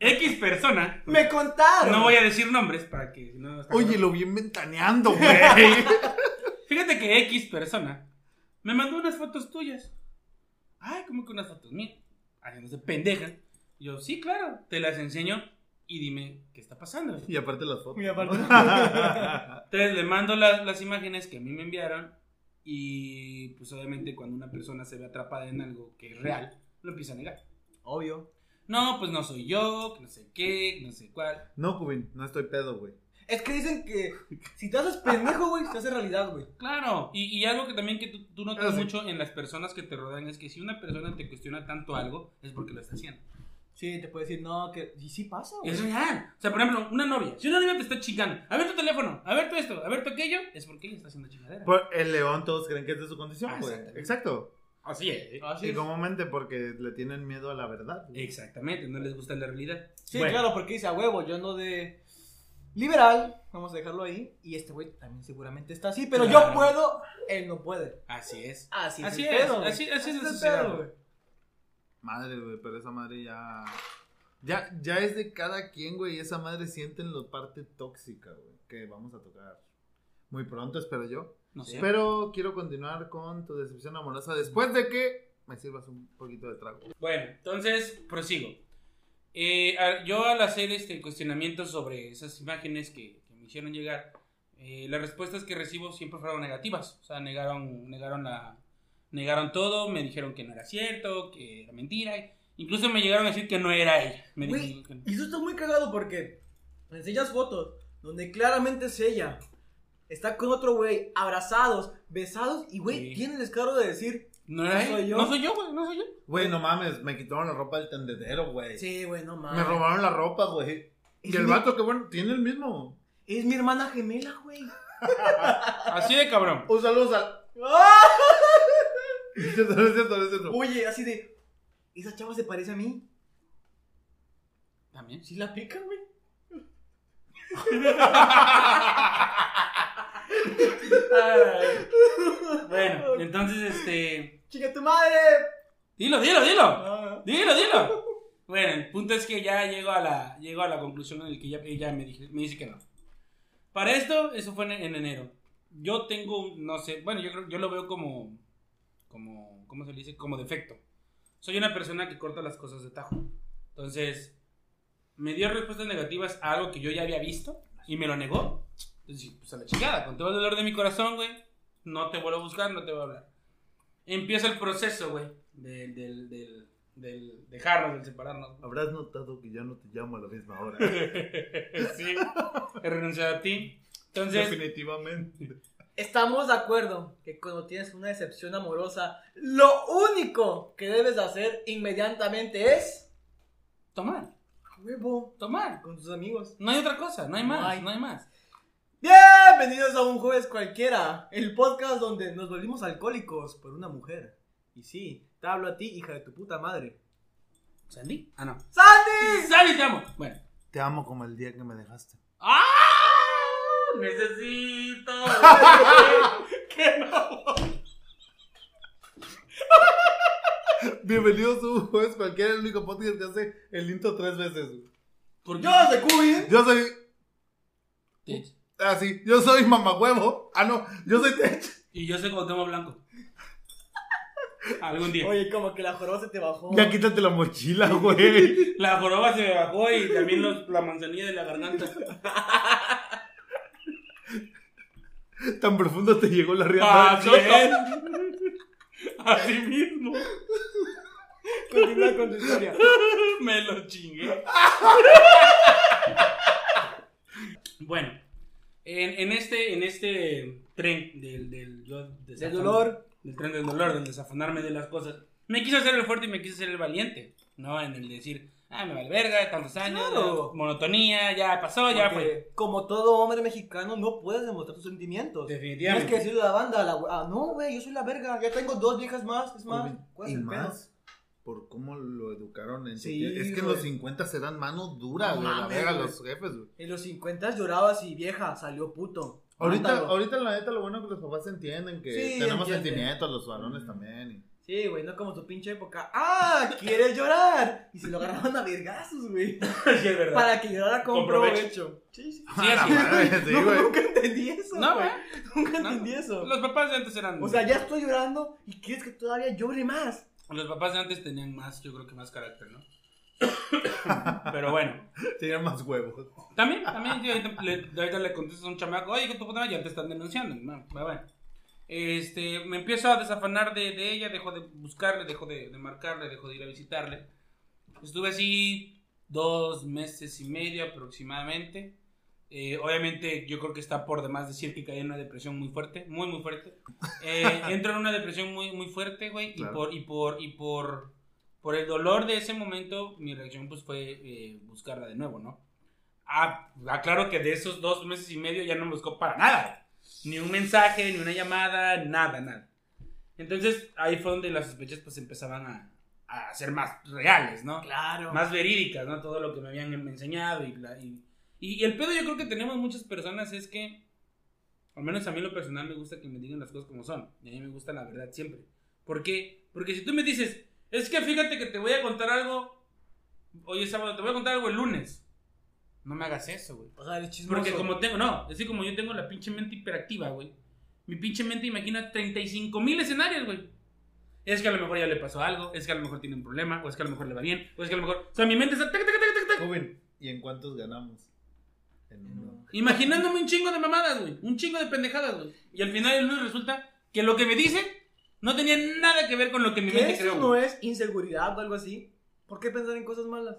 C: X persona,
A: Me contaron.
C: no voy a decir nombres para que si no... está
B: Oye,
C: cabrón.
B: lo bien ventaneando, güey.
C: Fíjate que X persona me mandó unas fotos tuyas. Ay, ¿cómo que unas fotos mías? Haciéndose pendeja. Yo, sí, claro, te las enseño y dime qué está pasando.
B: Y aparte las fotos.
A: Y aparte-
C: Entonces le mando la- las imágenes que a mí me enviaron y pues obviamente cuando una persona se ve atrapada en algo que es real, lo empieza a negar.
A: Obvio.
C: No, pues no soy yo, que no sé qué, que no sé cuál.
B: No, Cubin, no estoy pedo, güey.
A: Es que dicen que si te haces pendejo, güey, se hace realidad, güey.
C: Claro, y, y algo que también que tú, tú notas
B: Ah, sí.
C: mucho en las personas que te rodean es que si una persona te cuestiona tanto algo es porque lo está haciendo.
A: Sí, te puede decir, no, que. Y sí pasa, güey.
C: Es real. O sea, por ejemplo, una novia. Si una novia te está chingando, a ver tu teléfono, a ver tu esto, a ver tu aquello, es porque ella está haciendo chingadera.
B: Por el león todos creen que es de su condición,
C: Ah,
B: güey.
C: exactamente.
B: Exacto.
C: Así es.
A: Así
B: Y
A: es.
B: comúnmente porque le tienen miedo a la verdad.
C: Exactamente, no les gusta la realidad.
A: Sí,
C: Bueno.
A: claro, porque dice a huevo, yo ando de liberal, vamos a dejarlo ahí. Y este güey también seguramente está así, pero yo
C: Claro.
A: puedo, él no puede.
C: Así es.
A: Así es,
C: Así
A: el
C: es,
A: pedo, güey.
C: así- así es la
A: el
C: sociedad,
A: pedo,
C: güey.
B: Madre, güey, pero esa madre ya. Ya, ya es de cada quien, güey. Y esa madre sienten la parte tóxica, güey. Que vamos a tocar muy pronto, espero yo.
C: No sé.
B: Pero quiero continuar con tu decepción amorosa después de que me sirvas un poquito de trago.
C: Bueno, entonces prosigo. Eh, a- yo al hacer este cuestionamiento sobre esas imágenes que, que me hicieron llegar, eh, las respuestas que recibo siempre fueron negativas. O sea, negaron, negaron, la, negaron todo, me dijeron que no era cierto, que era mentira. Incluso me llegaron a decir que no era ella. Me
A: Güey,
C: dijeron que no.
A: Y eso está muy cagado porque me enseñas fotos. donde claramente es ella, está con otro güey, abrazados, besados, y güey,
C: Sí.
A: tiene el descaro de decir,
C: No era
A: ¿No soy
C: él.
A: yo?
C: No soy yo, güey. No soy yo.
B: Güey, no mames, me quitaron la ropa del tendedero, güey.
A: sí, güey, no mames.
B: Me robaron la ropa, güey.
A: Es
B: Y el
A: mi-
B: vato, que bueno, tiene el mismo.
A: Es mi hermana gemela, güey.
C: Así de cabrón.
B: Un saludo al.
A: ¡Ah!
B: No es cierto, no es cierto, no es cierto.
A: Oye, así de, esa chava se parece a mí.
C: También.
A: Sí la pica, güey.
C: Ay. Bueno, entonces, este.
A: ¡Chica tu madre!
C: Dilo, dilo, dilo.
A: Ah.
C: Dilo, dilo. Bueno, el punto es que ya llego a la, llego a la conclusión en la que ella, ella me, dije- me dice que no. Para esto, eso fue en, en enero. Yo tengo, un- no sé, bueno, yo creo, yo lo veo como, como, ¿cómo se le dice? Como defecto. Soy una persona que corta las cosas de tajo. Entonces, me dio respuestas negativas a algo que yo ya había visto y me lo negó. Entonces, dije, pues a la chingada, con todo el dolor de mi corazón, güey, no te vuelvo a buscar, no te voy a hablar. Empieza el proceso, güey, del, del, del, del dejarnos, del separarnos.
B: Habrás notado que ya no te llamo a la misma hora.
C: sí, he renunciado a ti. Entonces,
B: Definitivamente.
A: Estamos de acuerdo que cuando tienes una decepción amorosa, lo único que debes hacer inmediatamente es
C: tomar,
A: a huevo
C: tomar.
A: con tus amigos.
C: No hay otra cosa, no hay
A: No
C: más,
A: hay.
C: no hay más.
A: Bienvenidos a un jueves cualquiera, el podcast donde nos volvimos alcohólicos por una mujer. Y sí, te hablo a ti, hija de tu puta madre.
C: ¿Sandy? Ah, no.
A: ¡Sandy!
C: ¡Sandy, te amo! Bueno.
B: Te amo como el día que me dejaste.
C: ¡Ah! Necesito. que no.
B: Bienvenidos a un jueves cualquiera, el único podcast que hace el intro tres veces. güey.
C: ¿Por
A: ¡Yo soy Cubin!
B: Yo soy.
C: Tech.
B: Ah, sí, yo soy mamahuevo. Ah, no, yo soy Tech.
C: Y yo soy Cuauhtémoc Blanco. Algún día.
A: Oye, como que la joroba se te bajó.
B: Oh. Ya quítate la mochila, güey.
C: La joroba se me bajó y también los- la manzanilla de la garganta.
B: Tan profundo te llegó la
A: Ah,
B: riata.
C: Así es. Ah, Así mismo.
A: Continúa con tu historia.
C: Me lo chingué. Bueno, en, en este, en este tren del, del, yo
A: Del
C: desafan-
A: dolor.
C: del tren del dolor, del desafanarme de las cosas, me quise hacer el fuerte y me quise hacer el valiente, ¿no? En el decir, ah, me vale verga, tantos años,
A: Claro.
C: monotonía, ya pasó, ya fue.
A: Porque, como todo hombre mexicano, no puedes demostrar tus sentimientos. Tienes que
C: Definitivamente.
A: decirle a la banda, a la, ah, no, güey, yo soy la verga, ya tengo dos viejas más, es más. ¿cuál es
B: Y
A: el pedo?
B: más por cómo lo educaron en su
A: Sí,
B: tie- Es que en
A: güey.
B: los 50 eran mano dura,
A: No
B: güey. La
A: mames,
B: verga,
A: güey.
B: los jefes, güey.
A: En los 50 llorabas y vieja, salió puto.
B: Ahorita,
A: Mándalo.
B: ahorita, la neta, lo bueno es que los papás entienden que
A: Sí,
B: tenemos
A: entienden.
B: sentimientos, los varones también. y-
A: Sí, güey, no como tu pinche época. ¡Ah! ¿Quieres llorar? Y se lo agarraban a vergazos, güey.
C: Sí, es verdad.
A: Para que llorara con,
C: Con provecho.
A: provecho. Sí, sí.
C: Sí, así.
B: Ah, la madre, sí,
A: No,
B: güey.
A: nunca entendí eso.
C: No,
A: güey.
C: güey.
A: Nunca
C: No.
A: entendí eso.
C: Los papás de antes eran.
A: O sea, ya estoy llorando y quieres que todavía llore más.
C: Los papás de antes tenían más, yo creo que más carácter, ¿no? Pero bueno.
B: Tenían más huevos.
C: También, también, yo ahorita le, ahorita le contestas a un chamaco, oye, que tu puta madre, ya te están denunciando. No, va, va. Este, me empiezo a desafanar de, de ella, dejo de buscarle, dejo de, de marcarle, dejo de ir a visitarle. Estuve así dos meses y medio aproximadamente. Eh, obviamente, yo creo que está por demás decir que caí en una depresión muy fuerte, muy, muy fuerte. Eh, entro en una depresión muy, muy fuerte, güey,
B: Claro.
C: y por, y por, y por, por el dolor de ese momento, mi reacción, pues, fue eh, buscarla de nuevo, ¿no? Ah, aclaro que de esos dos meses y medio ya no me buscó para nada. Ni un mensaje, ni una llamada, nada, nada. Entonces ahí fue donde las sospechas pues empezaban a, a ser más reales, ¿no?
A: Claro.
C: Más verídicas, ¿no? Todo lo que me habían enseñado y, la- y, y- y el pedo yo creo que tenemos muchas personas es que, al menos a mí en lo personal me gusta que me digan las cosas como son. Y a mí me gusta la verdad siempre. ¿Por qué? Porque si tú me dices, es que fíjate que te voy a contar algo, hoy es sábado, te voy a contar algo el lunes. No me hagas eso, güey.
A: O sea, eres chismoso.
C: Porque como tengo, no, así como yo tengo la pinche mente hiperactiva, güey. Mi pinche mente imagina 35 mil escenarios, güey. Es que a lo mejor ya le pasó algo, es que a lo mejor tiene un problema, o es que a lo mejor le va bien, o es que a lo mejor... O sea, mi mente está... tac, tac, tac, tac, tac,
B: Joven, ¿y en cuántos ganamos? En uno.
C: imaginándome un chingo de mamadas, güey. Un chingo de pendejadas, güey. Y al final el lunes resulta que lo que me dicen no tenía nada que ver con lo que mi
A: ¿Que
C: mente
A: eso
C: creó.
A: no
C: güey.
A: es inseguridad o algo así? ¿Por qué pensar en cosas malas?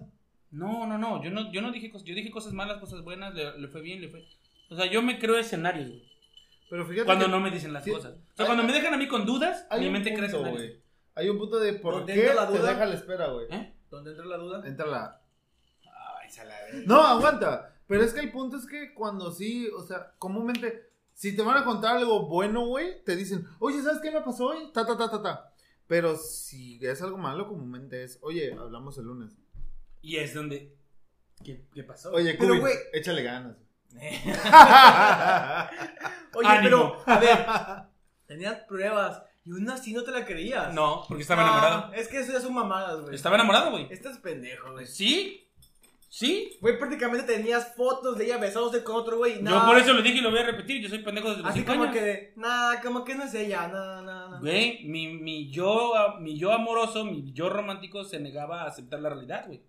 C: No, no, no. Yo no, yo no dije cosas, yo dije cosas malas, cosas buenas, le, le fue bien, le fue. O sea, yo me creo escenarios, güey.
B: Pero fíjate
C: Cuando
B: que
C: no me dicen las
B: sí.
C: cosas. O sea, cuando me dejan a mí con dudas,
B: hay
C: mi
B: un
C: mente cree
B: punto,
C: escenarios.
B: güey. Hay un punto de por
A: ¿Dónde
B: qué
A: entra la
B: te
A: duda?
B: deja la espera, güey.
C: ¿Eh?
A: ¿Dónde entra la duda?
B: Entra la
C: Ay, se la
B: No, aguanta. Pero es que el punto es que cuando sí, o sea, comúnmente, si te van a contar algo bueno, güey, te dicen, oye, ¿sabes qué me pasó hoy? Ta, ta, ta, ta, ta. Pero si es algo malo, comúnmente es, oye, hablamos el lunes.
C: Y es donde. ¿Qué, qué pasó?
B: Oye,
A: Pero,
B: Cubi,
A: güey.
B: échale ganas.
A: Oye,
C: Ánimo.
A: pero, a ver, tenías pruebas y una así no te la creías.
C: No, porque estaba
A: Ah,
C: enamorado.
A: Es que eso ya son mamadas, güey.
C: Estaba enamorado, güey.
A: Este es pendejo, güey.
C: ¿Sí? ¿Sí?
A: Güey, prácticamente tenías fotos de ella besándose con otro güey. y
C: Yo
A: nada.
C: por eso lo dije y lo voy a repetir. Yo soy pendejo desde los
A: Así
C: cinco
A: como
C: años.
A: que de, nah, como que no es ella, nah, nah, nah.
C: Güey, mi, mi, yo, mi yo amoroso, mi yo romántico se negaba a aceptar la realidad, güey.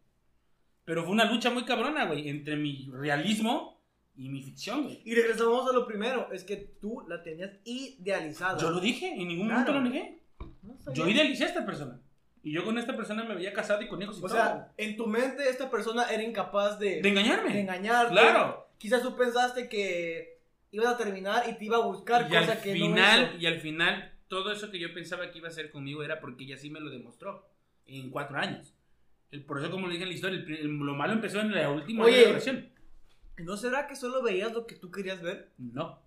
C: Pero fue una lucha muy cabrona, güey, entre mi realismo y mi ficción, güey.
A: Y regresamos a lo primero, es que tú la tenías idealizada.
C: Yo lo dije, en ningún
A: Claro.
C: momento lo negué.
A: No sabía.
C: Yo idealicé a esta persona. Y yo con esta persona me veía casado y con hijos y
A: O
C: todo.
A: sea, en tu mente esta persona era incapaz de,
C: de engañarme.
A: de engañarte.
C: Claro.
A: Quizás tú pensaste que ibas a terminar y te iba a buscar,
C: Y al,
A: cosa que
C: final,
A: no hizo.
C: y al final, todo eso que yo pensaba que iba a hacer conmigo era porque ella sí me lo demostró en cuatro años. El, por eso, como le dije en la historia, el pri- el- lo malo empezó en la última
A: Oye.
C: relación.
A: ¿No será que solo veías lo que tú querías ver?
C: No,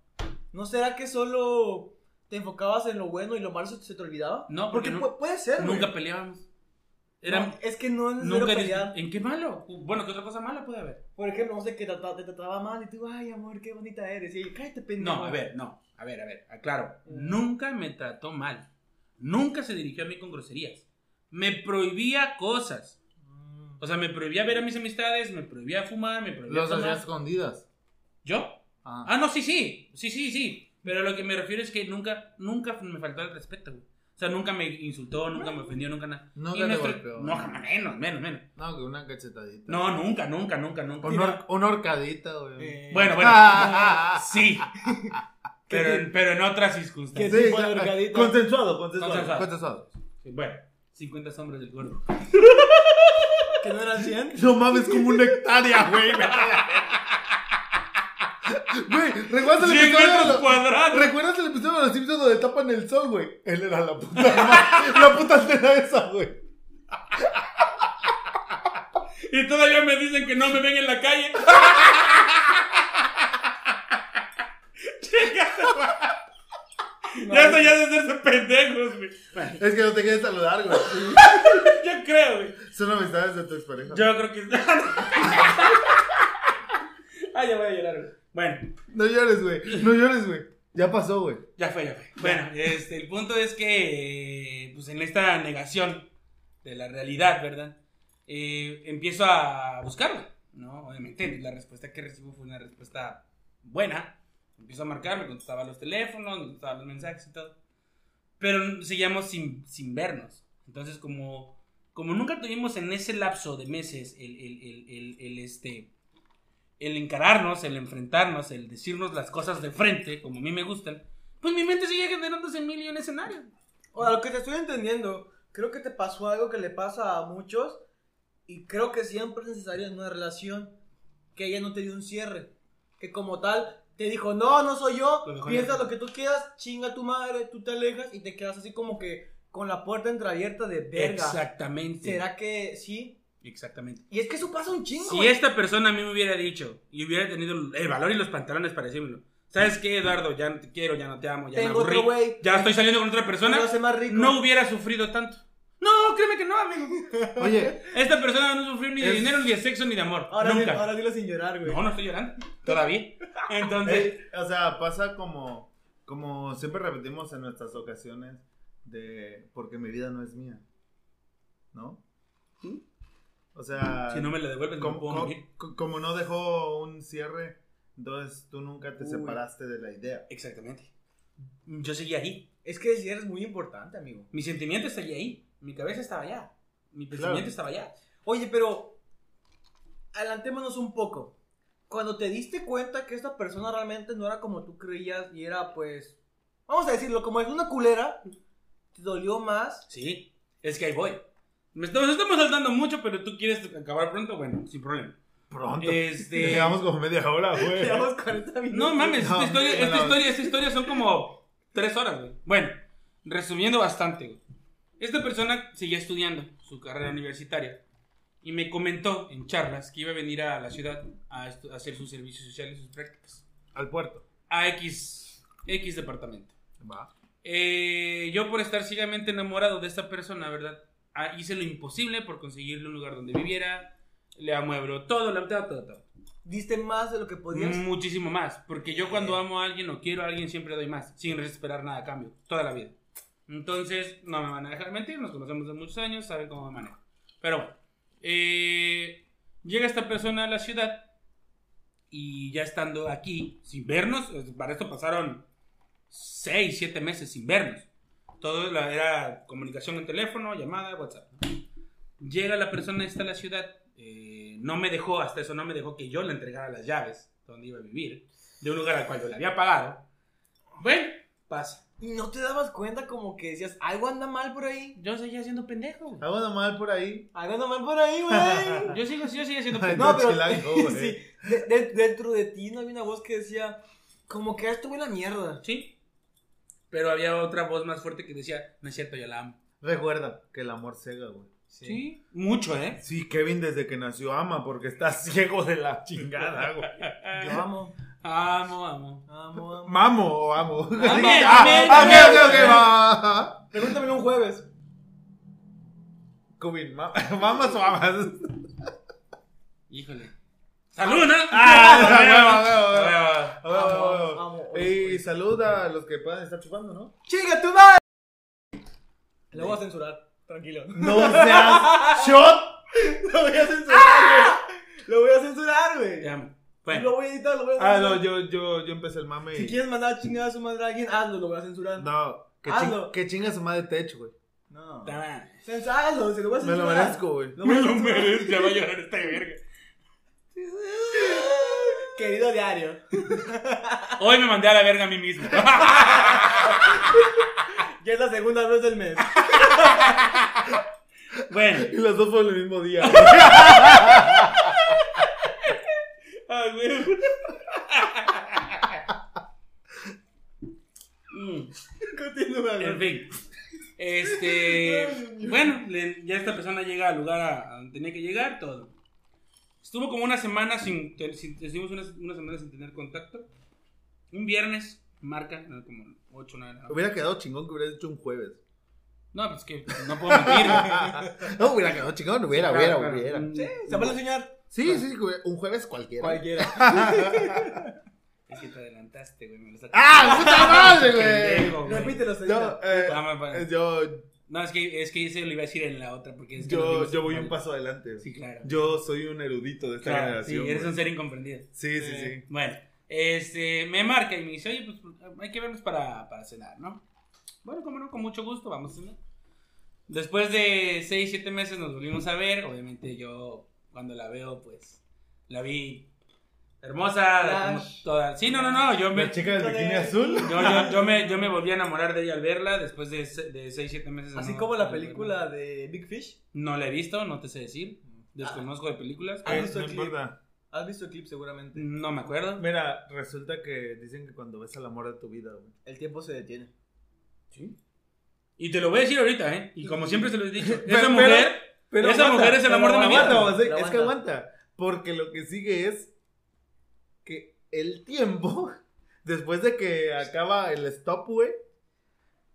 A: ¿No será que solo te enfocabas en lo bueno y lo malo se se te olvidaba?
C: No,
A: porque,
C: porque nu-
A: pu- puede ser. güey.
C: nunca peleábamos.
A: No,
C: Era,
A: es que no es necesario
C: nunca dis-
A: pelear.
C: ¿En qué malo? Bueno, ¿qué otra cosa mala puede haber?
A: Por ejemplo, no sé que te, trata- te trataba mal y tú, ay amor, qué bonita eres. Y cállate, pendejo.
C: No, a ver, no. A ver, a ver, aclaro.
A: Mm.
C: Nunca me trató mal. Nunca se dirigió a mí con groserías. Me prohibía cosas.
A: Mm.
C: O sea, me prohibía ver a mis amistades, me prohibía fumar, me prohibía
B: Los hacía
C: tomar.
B: escondidas.
C: ¿Yo?
B: Ah.
C: Ah, no, sí, sí, sí, sí, sí. Pero a lo que me refiero es que nunca, nunca me faltó el respeto, güey. O sea, nunca me insultó, nunca me ofendió, nunca nada.
B: Nunca
C: Y
B: te
C: nuestro-
B: golpeó.
C: No, jamás, menos, menos, menos.
B: No, que una cachetadita.
C: No, nunca, nunca, nunca, nunca.
B: Una, hor- una horcadita, güey.
A: Eh,
C: Bueno, bueno. Sí.
A: ¿Qué-
C: Pero, pero en otras
A: qué
C: circunstancias.
A: tipo de
B: claro.
A: horcadita?
B: ah, Consensuado, consensuado.
C: Consensuado.
B: Consensuado.
C: Bueno, 50 sombras del gordo.
A: ¿Que no eran 100?
B: No mames, como una hectárea, güey. Güey, ¿recuerdas el
C: 100
B: episodio de
C: metros
B: los-
C: cuadrados.
B: ¿Recuerdas el episodio de los Simpsons donde tapan el sol, güey? Él era la puta ma- la puta antena esa, güey.
C: Y todavía me dicen que no me ven en la calle. Chinga su madre. Ya estoy ya de hacerse pendejos, güey. Bueno,
B: Es que no te quieres saludar, güey.
C: yo creo, güey.
B: Son amistades de tu expareja.
C: Yo creo que. ah, ya voy a llorar, güey. Bueno,
B: No llores, güey. No llores, güey. Ya pasó, güey.
C: ya fue, ya fue. Bueno, este, el punto es que, eh, pues en esta negación de la realidad, ¿verdad? Eh, empiezo a buscarla, ¿no? Obviamente, la respuesta que recibo fue una respuesta buena. Empiezo a marcar, me contestaba los teléfonos, me contestaba los mensajes y todo. Pero seguíamos sin, sin vernos. Entonces, como, como nunca tuvimos en ese lapso de meses el, el- el- el- el, este, el encararnos, el enfrentarnos, el decirnos las cosas de frente, como a mí me gustan, pues mi mente sigue generándose en mil y un escenario.
A: O sea, lo que te estoy entendiendo, creo que te pasó algo que le pasa a muchos y creo que siempre es necesario en una relación que ella no te dio un cierre, que como tal te dijo, no, no soy yo,
C: Lo mejor
A: piensa
C: es-
A: lo que tú quieras, chinga tu madre, tú te alejas y te quedas así como que con la puerta entreabierta de verga.
C: Exactamente.
A: ¿Será que sí?
C: Exactamente.
A: Y es que eso pasa un chingo.
C: Si
A: güey.
C: esta persona a mí me hubiera dicho y hubiera tenido el valor y los pantalones para decírmelo, ¿sabes qué, Eduardo? Ya no te quiero, ya no te amo, ya
A: Tengo
C: me aburrí,
A: otro güey.
C: ya estoy saliendo con otra persona,
A: Lo hace más rico.
C: no hubiera sufrido tanto. No, créeme que no, amigo.
B: Oye,
C: Esta persona no sufrió ni de
B: Es-
C: dinero, ni de sexo, ni de amor.
A: Ahora,
C: Nunca.
A: dilo, ahora dilo sin llorar, güey.
C: No, no estoy llorando. Todavía. Entonces,
B: eh, o sea, pasa como, como siempre repetimos en nuestras ocasiones de porque mi vida no es mía. ¿No? O sea,
C: si no me la devuelves, no
B: como,
C: puedo
B: como-
C: morir.
B: co- como no dejó un cierre, entonces tú nunca te
A: Uy.
B: separaste de la idea.
C: Exactamente. Yo seguía ahí.
A: Es que el cierre es muy importante, amigo.
C: Mi sentimiento seguía ahí. Mi cabeza estaba allá. Mi
B: Claro.
C: pensamiento estaba allá.
A: Oye, pero adelantémonos un poco. Cuando te diste cuenta que esta persona realmente no era como tú creías y era pues, vamos a decirlo, como es una culera, te dolió más.
C: Sí. Es que ahí voy. Me estamos, nos estamos saltando mucho, pero tú quieres acabar pronto, bueno, sin problema.
B: Pronto.
C: Este-
B: Llegamos como media hora, güey.
A: Llevamos 40 minutos.
C: No mames,
B: No,
C: esta, historia,
B: no,
C: esta
B: no.
C: historia- esta historia son como tres horas, güey. Bueno, resumiendo bastante, güey. Esta persona seguía estudiando su carrera universitaria y me comentó en charlas que iba a venir a la ciudad a, estu- a hacer sus servicios sociales, sus prácticas.
B: Al puerto.
C: A X, X departamento.
B: Va.
C: Eh, yo por estar ciegamente enamorado de esta persona, ¿verdad? Ah, hice lo imposible por conseguirle un lugar donde viviera. Le amueblo todo, la todo, todo, todo.
A: Diste más de lo que podías.
C: Muchísimo más. Porque yo cuando amo a alguien o quiero a alguien siempre doy más. Sin esperar nada a cambio. Toda la vida. Entonces, no me van a dejar mentir. Nos conocemos de muchos años. Saben cómo me manejo. Pero bueno. eh, llega esta persona a la ciudad. Y ya estando aquí, sin vernos. eh, Para esto pasaron 6, 7 meses sin vernos. Todo la- era comunicación en teléfono, llamada, WhatsApp. Llega la persona esta a la ciudad. eh, no me dejó, hasta eso, no me dejó que yo le entregara las llaves donde iba a vivir, de un lugar al cual yo le había pagado. Bueno, pasa.
A: Y no te dabas cuenta como que decías, algo anda mal por ahí.
C: Yo seguía siendo pendejo. güey.
B: Algo mal por ahí.
A: Algo anda mal por ahí, güey.
C: Yo sigo, yo seguía siendo
B: Ay,
C: pendejo.
A: No, pero
B: chilango, güey.
A: sí, de- de- dentro de ti no había una voz que decía, como que ya estuve en la mierda.
C: Sí. Pero había otra voz más fuerte que decía, no es cierto, yo la amo.
B: Recuerda que el amor cega, güey.
C: Sí. Mucho, ¿eh?
B: Sí, Kevin desde que nació ama porque está ciego de la chingada, güey.
A: Yo amo,
C: Ah, Amo, amo.
A: amo, amo.
B: ¿Mamo o amo?
C: Amén,
B: Ah,
C: amén,
B: ah,
C: amén.
B: ok, ok, va.
A: Pregúntame un jueves.
B: Kevin, ma- ¿mamas o amas?
C: Híjole. ¡Salud, ¿no?
B: Ah, huevo, huevo, huevo.
C: A huevo.
B: Ah, bueno,
A: Amo,
B: bueno.
A: amo.
B: Y saluda a los que puedan estar chupando, ¿no?
A: ¡Chinga tu madre! Lo voy a censurar, tranquilo.
B: No seas shot.
A: Lo voy a censurar,
B: ¡Ah!
A: güey. Lo voy a censurar, güey. Pues
C: Te amo.
A: Lo
C: Bueno,
A: voy a editar, lo voy a
B: Ah,
A: censurar.
B: no, yo, yo, yo empecé el mame.
A: Si
B: Y...
A: quieres mandar a chingar a su madre a alguien, hazlo, lo voy a censurar.
B: No, que,
A: Ah,
B: ching-
A: no.
B: que chinga su madre techo, güey.
A: No.
C: ta madre.
A: Censalo, se lo voy a
B: Me
A: censurar.
B: lo merezco, güey.
A: Lo voy a censurar.
C: merezco, ya va a llorar esta verga.
A: Querido diario.
C: Hoy me mandé a la verga a mí mismo.
A: Ya es la segunda vez del mes.
C: bueno.
B: Y los dos fue el mismo día. güey.
C: Ah, güey. Mm,
A: Continúa,
C: en
A: güey.
C: fin. Este. Bueno, le- ya esta persona llega al lugar a, a donde tenía que llegar, todo. Estuvo como una semana sin. te- sin- Estuvimos una, una semana sin tener contacto. Un viernes, marca, eran como 8 9
B: hubiera quedado chingón que hubieras hecho un jueves. Ah,
C: No, pues que no puedo mentir.
B: No, hubiera quedado chingón, hubiera, hubiera,
C: Claro, Mm,
B: hubiera.
C: claro.
A: Sí, se vale soñar.
B: Sí, sí, sí, hubiera- un jueves cualquiera.
A: Cualquiera.
C: Es que te adelantaste, güey. Me lo sacaste.
B: ¡Ah, puta madre, güey!
C: Pendejo, güey.
A: Repítelo,
B: Yo,
A: señor.
B: eh,
C: Ah, bueno.
B: yo,
C: No, es que, es que eso lo iba a decir en la otra, porque es que nos
B: yo,
C: vimos-
B: yo voy un paso adelante.
C: Sí, claro.
B: Yo soy un erudito de esta
C: Claro, sí,
B: generación.
C: eres
B: güey.
C: un ser incomprendido.
B: Sí, sí,
A: Eh.
B: sí.
C: Bueno, este, me marca y me dice, oye, pues hay que vernos para, para cenar, ¿no? Bueno, como no, con mucho gusto, vamos a cenar. Después de 6, 7 meses nos volvimos a ver. Obviamente yo, cuando la veo, pues, la vi hermosa.
A: Flash.
C: como toda- Sí, no, no, no, yo me...
B: La chica del
A: Híjole.
B: bikini azul.
C: Yo, yo, yo me, yo me volví a enamorar de ella al verla después de, se- de 6, 7 meses. de
A: Así
C: no-
A: como la
C: de verla.
A: película de Big Fish.
C: No la he visto, no te sé decir. Desconozco de películas.
A: Ah.
B: Eh,
A: visto
B: no
A: el clip?
B: importa.
A: Has visto el clip seguramente.
C: No me acuerdo.
B: Mira, resulta que dicen que cuando ves al amor de tu vida, güey.
A: El tiempo se detiene.
C: Y te lo voy a decir ahorita, ¿eh? Y como siempre se lo he dicho, esa
B: Pero-
C: mujer,
B: pero
C: esa
B: aguanta,
C: mujer es el
B: pero
C: amor de mi vida.
B: aguanta, o sea,
A: Pero
B: Es que
A: aguanta.
B: aguanta. Porque lo que sigue es que el tiempo, después de que acaba el stop, güey,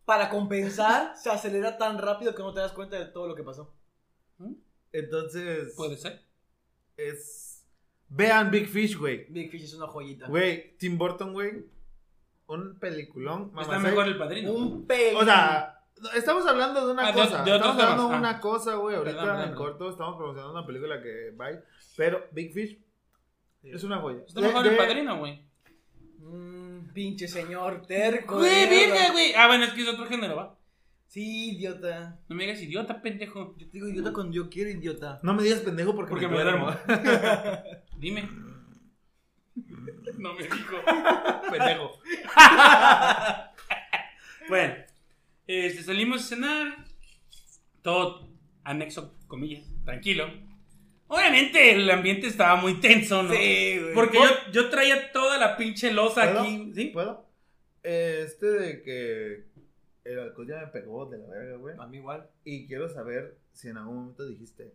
A: Para compensar, se acelera tan rápido que no te das cuenta de todo lo que pasó.
B: entonces
C: puede ser.
B: es... Vean Big Fish, güey.
A: Big Fish es una joyita.
B: Güey, Tim Burton, güey. Un peliculón.
C: Está
B: mamacé.
C: mejor el padrino.
A: Un pelo.
B: O sea, estamos hablando de una
C: Ah, de-
B: cosa.
C: de otros
B: estamos hablando de
C: temas,
B: una
C: ah.
B: cosa, güey. Ahorita
C: Perdón, perdón,
B: en
C: perdón.
B: corto estamos promocionando una película que bye. Pero Big Fish es una joya.
C: Está
B: De-
C: mejor
B: de-
C: el padrino, güey.
A: Mm, pinche señor terco.
C: Güey,
A: mierda.
C: virgen, güey. Ah, bueno, es que es otro género, va.
A: Sí, idiota.
C: No me digas idiota, pendejo.
A: Yo te digo idiota cuando yo quiero idiota.
B: No me digas pendejo porque,
C: Porque me duermo. Dime. No me dijo. Pendejo. bueno, este, salimos a cenar. Todo anexo comillas, tranquilo. Obviamente el ambiente estaba muy tenso, ¿no?
A: Sí, güey.
C: Porque yo, yo traía toda la pinche losa
B: ¿Puedo?
C: aquí, ¿sí?
B: ¿Puedo? Eh, Este de que el alcohol ya me pegó de la verga, güey.
A: A
C: Ah.
A: mí igual.
B: Y quiero saber si en algún momento dijiste,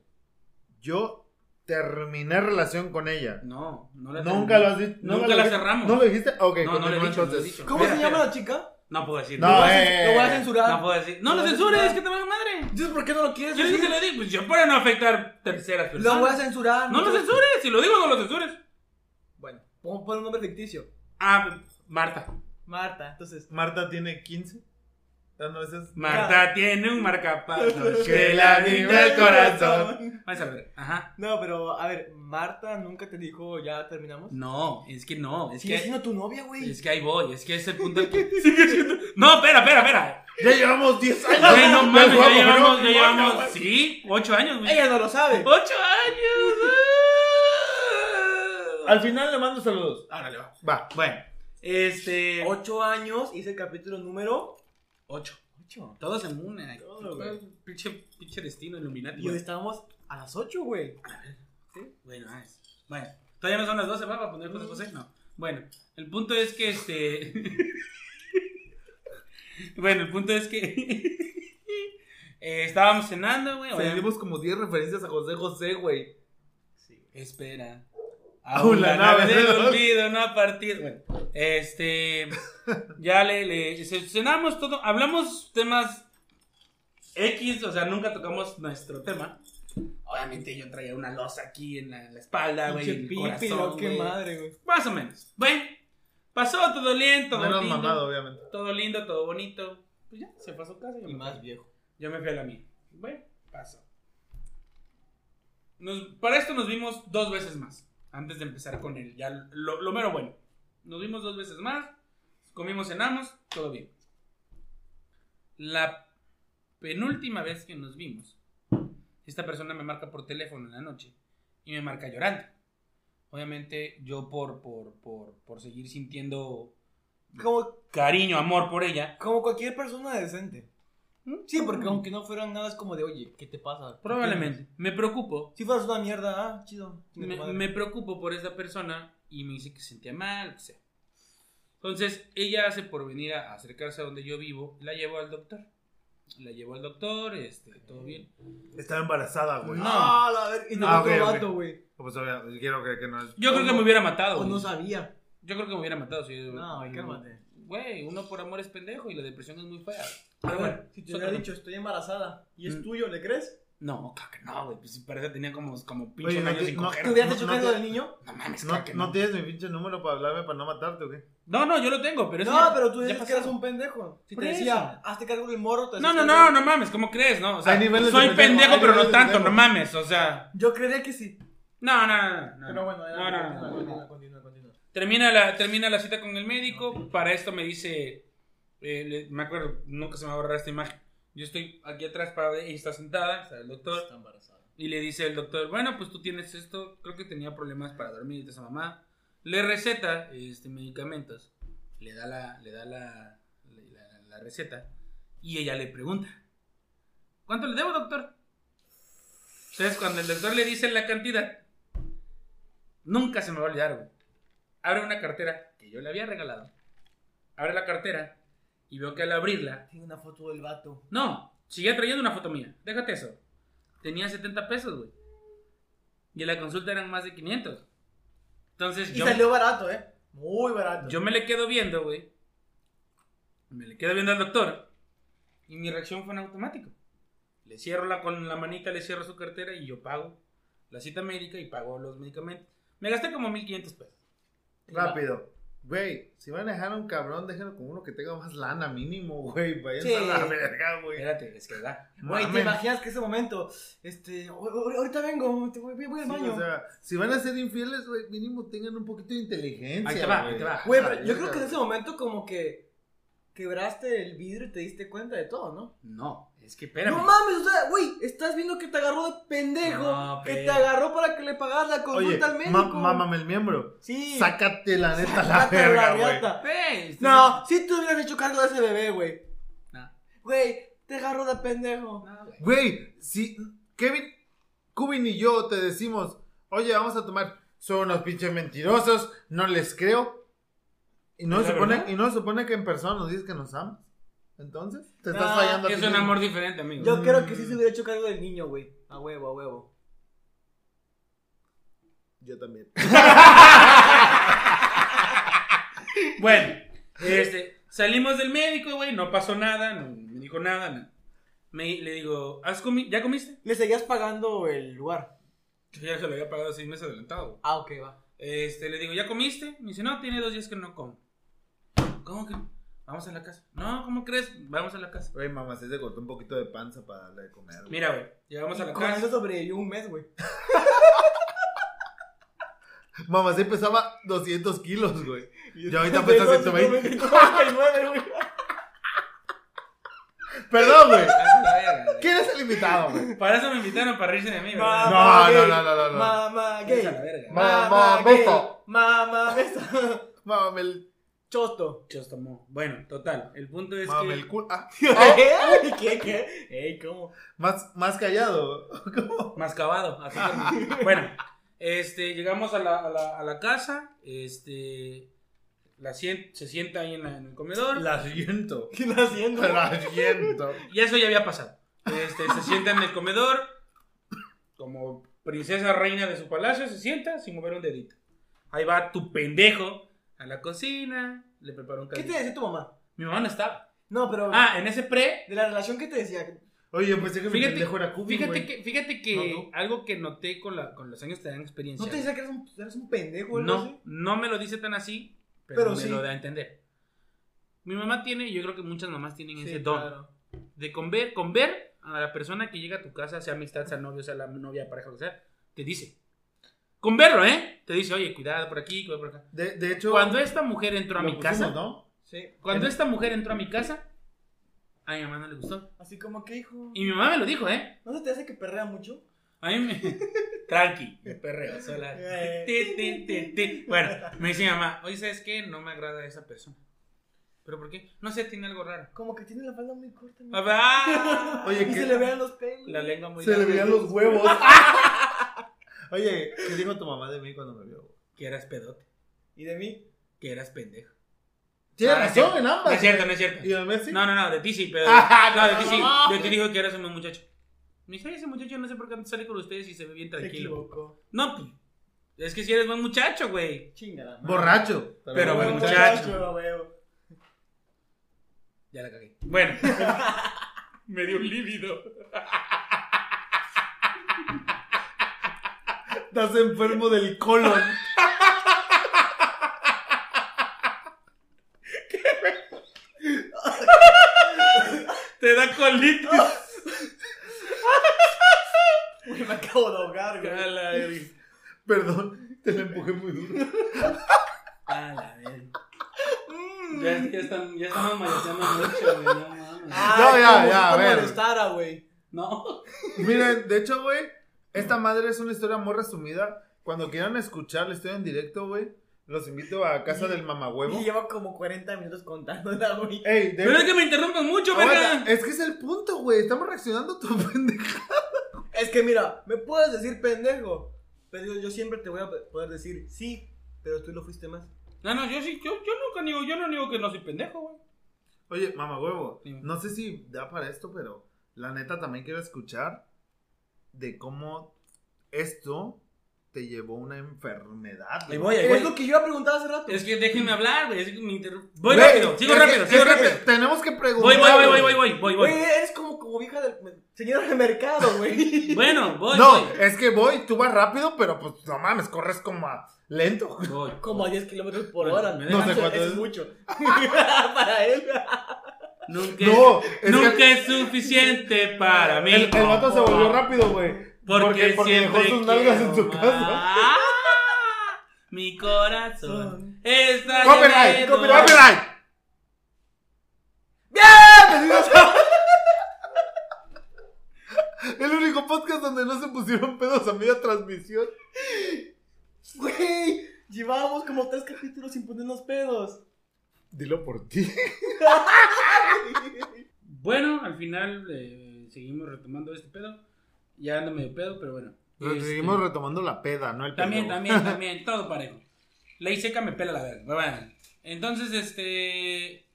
B: yo terminé relación con ella.
C: No, no la
B: Nunca lo has dicho.
C: Nunca
B: lo
C: la
B: dijiste.
C: cerramos.
B: ¿No lo dijiste? Ok,
C: No, no lo he
B: continúa
C: dicho, no lo he
B: entonces.
C: dicho.
A: ¿Cómo
C: Espera,
A: se llama
C: espera.
A: la chica?
C: No puedo decir.
B: No,
A: Lo voy
B: eh.
A: a cen- Lo voy a
C: No
A: censurar.
C: puedo decir. No
A: No
C: lo
A: lo
C: censures,
A: censuras.
C: que te valga madre.
A: Entonces, ¿por qué no lo quieres
C: Yo dije que
A: decir?
C: lo digo, pues yo para no afectar terceras
A: Lo voy a
C: personas.
A: censurar.
C: No lo
A: te-
C: censures, si lo digo no lo censures.
A: Bueno, vamos a poner un nombre ficticio.
C: Ah, Marta.
A: Marta, entonces.
B: Marta tiene Ah, 15. Dando veces.
C: Marta tiene un marcapasos
B: Que la anima el corazón.
C: Vas a ver. Ajá.
A: No, pero a ver, Marta nunca te dijo ya terminamos.
C: No, es que no, es
A: Sigue
C: que
A: siendo tu novia, güey.
C: es que ahí voy, es que ese punto al que- Sigue siendo- No, espera, espera, espera.
B: Ya llevamos 10 años.
C: Güey, no mames, ya
B: Juego,
C: llevamos, ya
B: pero-
C: llevamos, sí, ocho años, güey.
A: Ella no lo sabe.
C: Ocho años.
B: Al final le mando saludos.
C: Ahora le va.
B: Va.
C: Bueno, este
A: Ocho años, hice el capítulo número
C: ocho.
A: ocho.
C: Todos en una.
A: Todo, güey.
C: Pinche, pinche destino iluminati.
A: Y hoy estábamos a las ocho, güey.
C: Bueno, ah, es- bueno, todavía no son las 12, ¿va? Para poner José José, no. Bueno, el punto es que este. bueno, el punto es que. eh, estábamos cenando, güey. obviamente-
B: Seguimos como 10 referencias a José José, güey.
C: Espera.
B: Aún la nave
C: del
B: del
C: olvido no ha partido. Bueno, este. Ya le, le- se- Cenamos todo. Hablamos temas X, o sea, nunca tocamos nuestro tema. Obviamente yo traía una losa aquí en la, en la espalda, güey.
A: Pinche
C: en el
A: pipi,
C: corazón,
A: lo que
C: güey.
A: madre, güey.
C: Más o menos. Bueno, pasó todo bien, todo
B: Menos
C: lindo.
B: mamado, obviamente.
C: Todo lindo, todo bonito. Pues ya, se fue a su casa. yo
A: Y
C: me
A: más
C: fui.
A: viejo.
C: Yo me fui a la mía. Bueno, pasó. Nos- para esto nos vimos dos veces más. Antes de empezar con el ya lo, lo mero bueno. Nos vimos dos veces más. Comimos, cenamos, todo bien. La penúltima vez que nos vimos, esta persona me marca por teléfono en la noche y me marca llorando. Obviamente yo por, por, por, por seguir sintiendo
A: Como,
C: cariño, amor por ella.
A: como cualquier persona decente. Sí, porque aunque no fueran nada, es como de, oye, ¿qué te pasa?
C: Probablemente. Me preocupo
A: Si fueras una mierda, ah, chido. chinga tu
C: me,
A: madre.
C: me preocupo por esa persona y me dice que se sentía mal, o sea. Entonces, ella hace por venir a acercarse a donde yo vivo, la llevo al doctor. La llevo al doctor, este, todo bien.
B: Estaba embarazada, güey.
C: No.
A: Ah, la ver, y no
B: Ah,
A: otro
B: ok, ok.
A: vato, güey.
B: Pues obvia- quiero creer que no es.
C: Yo creo que me hubiera matado.
A: O no
C: Ah, güey.
A: sabía.
C: Yo creo que me hubiera matado. Si yo-
A: No, güey, cálmate.
C: Güey, uno por amor es pendejo y la depresión es muy fea.
A: A
C: Pero bueno,
A: ver, si te
C: es
A: hubiera
C: otro-
A: dicho, estoy embarazada, y es
C: Mm.
A: tuyo, ¿le crees?
C: No, claro que no, güey. Pues si parece que tenía como, como
B: Oye,
C: pinche
B: no
C: años
B: te-
C: sin
B: no-
C: coger.
A: ¿Te hubieras
B: no,
A: hecho
B: no
A: caso
B: te-
A: del niño?
C: No mames,
B: No,
C: claro que
B: no
C: no.
B: tienes mi pinche número para hablarme para no matarte, ¿o qué?
C: No, no, yo lo tengo, pero eso
A: No,
C: ya-
A: pero tú
C: ya
A: decías que
C: pasó.
A: eras un pendejo. Si
C: Por
A: te
C: eso.
A: decía, hazte cargo del morro, te
C: No,
A: hacías
C: no,
A: cargo
C: no, no mames, ¿cómo crees? No, o sea,
B: Hay niveles de
C: soy
B: pendejo,
C: pendejo,
B: hay
C: pero no
B: niveles de
C: tanto, no
B: pendejo.
C: mames, o sea.
A: Yo creería que sí.
C: No, no, no, no.
A: Pero bueno,
C: no, no,
A: adelante,
C: no, no.
A: continúa, continúa, continúa, continúa.
C: Termina la, termina la cita con el médico. Para esto me dice. eh, le- me acuerdo, nunca se me va a borrar esta imagen. Yo estoy aquí atrás para ella está sentada, está el doctor.
A: Está embarazada.
C: Y le dice el doctor, bueno, pues tú tienes esto, creo que tenía problemas para dormir y esa mamá. Le receta este, medicamentos, le da, la, le da la, la- la receta y ella le pregunta, ¿cuánto le debo, doctor? Entonces, cuando el doctor le dice la cantidad, nunca se me va a olvidar, güey. Abre una cartera que yo le había regalado. Abre la cartera y veo que al abrirla
A: Tiene una foto del vato.
C: no, seguía trayendo una foto mía. Déjate eso. Tenía 70 pesos, güey. Y en la consulta eran más de 500. Entonces
A: Y
C: yo,
A: salió barato, ¿eh? Muy barato.
C: yo me le quedo viendo, güey. Me le quedo viendo al doctor. Y mi reacción fue en automático. Le cierro la, con la manita, le cierro su cartera y yo pago la cita médica y pago los medicamentos. Me gasté como 1500 pesos.
B: Rápido. Güey, si van a dejar a un cabrón, déjenlo con uno que tenga más lana mínimo, güey. Vayan
A: Sí.
B: a la verga, güey.
C: Espérate, es que da.
A: Güey, ¿te
B: Mamen.
A: imaginas que ese momento? Este, o- o- ahorita vengo, te voy, voy al
B: Sí,
A: baño.
B: o sea, si van a ser infieles, güey, mínimo tengan un poquito de inteligencia.
C: Ahí te va,
B: güey.
C: ahí te va.
A: Güey,
B: Ah,
A: pero yo creo que en
B: verga.
A: ese momento como que quebraste el vidrio y te diste cuenta de todo, ¿no?
C: No, es que espérame.
A: No mames, o sea, güey, estás viendo que te agarró de pendejo,
C: No,
A: que
C: pero-
A: te agarró para que le pagaras la
B: Oye,
A: consulta al
B: ma-
A: médico.
B: mámame el miembro.
A: sí,
B: Sácate la neta la
A: sácate de
B: verga, güey.
A: riata.
C: Ve,
A: No, si tú hubieras hecho cargo de ese bebé, güey.
C: No.
A: Güey, te agarró de pendejo.
C: No, güey.
B: Güey, si Kevin, Kubin y yo te decimos, oye, vamos a tomar. Son unos pinches mentirosos, no les creo. Y no,
C: ¿Es la
B: supone,
C: verdad?
B: y no supone que en persona nos dices que nos amas. Entonces, te estás
A: Ah,
B: fallando a ti
C: Es un
B: mismo.
C: amor diferente, amigo.
A: Yo creo que sí se hubiera hecho cargo del niño, güey. A huevo, a huevo.
B: Yo también.
C: Bueno, este, salimos del médico, güey, no pasó nada, no me dijo nada. no. Me, le digo, ¿Has comi ¿ya comiste?
A: Le seguías pagando el lugar.
C: Yo ya se lo había pagado seis meses adelantado. güey.
A: Ah, ok, va.
C: Este, le digo, ¿ya comiste? Me dice, no, tiene dos días que no como. ¿Cómo que? Vamos a la casa. No, ¿cómo crees? Vamos a la casa.
B: Güey, mamá, se te cortó un poquito de panza para darle de comer. güey.
C: Mira, güey, llegamos a la
A: Con eso
C: casa.
A: sobrevivió un mes, güey.
B: Mamá, se pesaba 200 kilos, güey.
A: Y
B: Ya ahorita pesa 120.
A: güey.
B: Perdón, güey.
C: A la verga, güey.
B: ¿Quién es el invitado, güey?
C: Para eso me invitaron, para reírse de mí, güey.
A: Mamá
B: No,
A: gay,
B: no, no, no, no, no.
A: Mamá
C: Váyanse
A: gay.
C: a la verga. eh.
A: Mamá
B: Mamá
A: gay.
B: beso.
A: Mamá beso.
B: Mamá, me el,
A: Chosto.
C: Chos tomó. Bueno, total, el punto es
B: mamá,
C: que...
B: me el culo. Ah,
A: ¿Qué? ¿Qué? Ey, ¿cómo?
B: más, más callado.
C: Mascabado, así que- bueno, este, llegamos a la, a la, a la casa, este, la sien- se sienta ahí en, la- en el comedor,
B: La siento.
A: ¿Qué está haciendo?
B: La siento.
C: y eso ya había pasado. Este, se sienta en el comedor, como princesa reina de su palacio, se sienta sin mover un dedito. Ahí va tu pendejo a la cocina, le prepara un
A: ¿Qué te
C: caldito.
A: decía tu mamá?
C: Mi mamá no estaba.
A: No, pero
C: Ah, en ese pre,
A: de la relación que te decía.
B: Oye, yo pensé que mi
C: fíjate,
B: pendejo era Cubi,
C: fíjate
B: güey.
C: que, fíjate que
B: No, no.
C: algo que noté con, la, con los años te dan experiencia.
A: ¿No te decía que eres un, eres un pendejo? o algo
C: No,
A: así?
C: no me lo dice tan así, pero,
A: Pero
C: me
A: sí.
C: lo da a entender. Mi mamá tiene, y yo creo que muchas mamás tienen
A: Sí,
C: ese don,
A: claro.
C: de con ver, con ver a la persona que llega a tu casa, sea amistad, sea novio, sea la novia, pareja, lo que sea, te dice. Con verlo, ¿eh? Te dice, oye, cuidado por aquí, cuidado por acá.
B: De, de hecho,
C: Cuando esta mujer entró a
B: lo
C: mi
B: pusimos,
C: casa,
B: ¿no?
A: Sí.
C: cuando esta mujer entró a mi casa, a mi mamá no le gustó.
A: Así como que, hijo.
C: Y mi mamá me lo dijo, ¿eh?
A: ¿No se te hace que perrea mucho?
C: A mí me... Tranqui, me perreo sola.
A: Eh.
C: Ti, ti, ti, ti. Bueno, me dice mi mamá, oye, ¿sabes qué? No me agrada esa persona. ¿Pero por qué? No sé, tiene algo raro.
A: Como que tiene la falda muy corta. mi-
C: ¡Ah!
B: Oye,
A: y
B: ¿qué?
A: se le vean los pelos.
C: La lengua muy
B: Se le
C: larga.
B: veían los huevos. Oye, ¿qué dijo tu mamá de mí cuando me vio? güey?
C: Que eras pedote,
A: ¿Y de mí?
C: que eras pendejo.
B: Tiene
C: Ah, no es
B: razón
C: cierto.
B: en ambas.
C: No es cierto, no es
B: ¿Y
C: cierto.
B: de Messi?
C: No, no, no, de ti sí, pero...
B: Ah,
C: No, de ti sí.
B: no.
C: De ti dijo que eras un buen muchacho. Me dice, "Ay, ese muchacho no sé por qué sale con ustedes y se ve bien
A: Se
C: tranquilo.
A: equivocó.
C: No, pues, es que si eres buen muchacho, güey.
A: Chinga la madre.
B: Borracho.
C: Ah. Pero buen
A: Buen
C: muchacho.
A: a huevo.
C: Ya la cagué. Bueno. me dio un lívido.
B: Estás enfermo del colon.
C: Te da colitis.
A: Güey, me acabo de ahogar, güey.
C: A la verga.
B: Perdón, te la empujé muy duro.
C: A la verga.
A: Mm.
C: Ya, ya, están, ya estamos mayoteando mucho, güey. No mames.
A: Ay,
B: No, ya,
A: como-
B: ya, a
A: como
B: ver.
A: de Stara, güey.
C: No.
B: Miren, de hecho, güey, esta madre es una historia muy resumida. Cuando quieran escuchar la historia en directo, güey, los invito a casa del mamahuevo.
A: Y lleva como 40 minutos contándola, güey.
B: Ey, de eh.
C: Pero es que me interrumpen mucho,
B: Aguanta,
C: verga.
B: es que es el punto, güey. Estamos reaccionando a tu pendeja.
A: Es que mira, me puedes decir pendejo, pero yo, yo siempre te voy a poder decir sí, pero tú lo fuiste más.
C: No, no, yo sí, yo, yo nunca niego, yo no niego que no soy pendejo, güey.
B: Oye, mamahuevo,
C: Dime.
B: no sé si da para esto, pero la neta también quiero escuchar de cómo esto te llevó a una enfermedad.
C: Ahí
B: güey.
C: voy, ahí
A: Es
C: voy.
A: lo que yo iba a preguntar hace rato.
C: Es que déjenme hablar, güey. Es que me interrumpen. Voy
B: Güey,
C: rápido, sigo
B: es que-
C: rápido,
B: es
C: sigo
B: que
C: rápido.
B: te- Tenemos que preguntar.
C: Voy, voy, voy, voy, voy,
B: güey.
C: voy, voy,
A: Güey,
C: voy.
A: eres como, como vieja del. Señora del mercado, güey.
C: Bueno, voy,
B: No,
C: voy.
B: es que voy, tú vas rápido, pero pues no mames, corres como a- lento.
C: Voy.
A: Como a 10 kilómetros por
C: Bueno,
A: hora.
C: me
A: Eso-
B: dejan- No sé cuánto
A: eso
B: es.
A: es mucho. Para él.
C: Nunca,
B: No,
C: es,
B: es
C: nunca
B: que-
C: es suficiente para mí.
B: El, el vato se volvió rápido, güey.
C: Porque,
B: dejó
C: siempre
B: sus nalgas en
C: quiero
B: su casa.
C: más. Mi corazón está
B: Copyright,
C: lleno.
B: copyright, copyright. El único podcast donde no se pusieron pedos a media transmisión.
A: Güey, llevábamos como 3 capítulos sin ponernos pedos.
B: Dilo por ti.
C: Bueno, al final eh, seguimos retomando este pedo. Ya ando medio pedo, pero bueno.
B: Pero
C: Este,
B: seguimos retomando la peda, ¿no? El pedo.
C: También, también, también, todo parejo. Ley seca me pela la verga. pero bueno. entonces, este.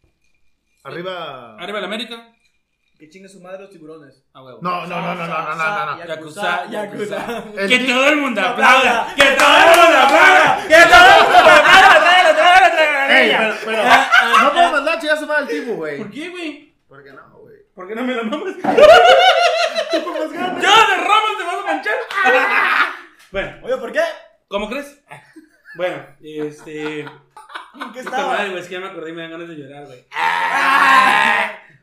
B: Arriba.
C: Arriba el América.
A: Que chingue su madre los tiburones.
C: A huevo.
B: No, no, no, no, no, no, no, no.
C: Yakuza, Yakuza.
B: El
C: Que
B: ti-
C: todo el mundo aplauda.
A: aplauda.
C: Que todo el mundo aplauda. Que todo el mundo aplauda. Tráelo, tráelo, tráelo.
B: Ey,
C: tráelo.
B: pero, pero- no puedo mandar chingar a su madre al tipo, güey.
C: ¿Por qué, güey?
B: ¿Por qué no, güey?
C: ¿Por qué no me la mamas? Yo de Ramos te vas a manchar. bueno,
A: Oye, ¿por qué?
C: ¿cómo crees? Bueno, este.
A: ¿En qué
C: Puta madre,
A: estaba?
C: güey, es que ya me acordé y me dan ganas de llorar, güey.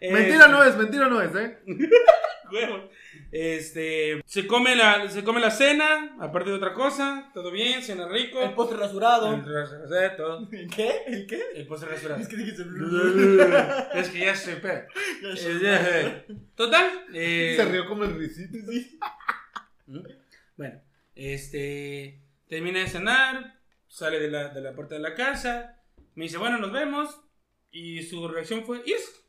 C: Eh,
B: Mentira no es, mentira no es, ¿eh?
C: huevo. Este, se come la, se come la cena, aparte de otra cosa, todo bien, cena rico.
A: El postre rasurado.
C: El
A: ¿El qué? ¿El qué?
C: postre rasurado.
A: Es que dijiste.
C: Es que ya estoy pedo.
A: Ya
C: Eh, ya, eh. Total. eh,
B: Se rió como el risito, sí.
C: Bueno, este, termina de cenar, sale de la, de la puerta de la casa, me dice, bueno, nos vemos. Y su reacción fue irse.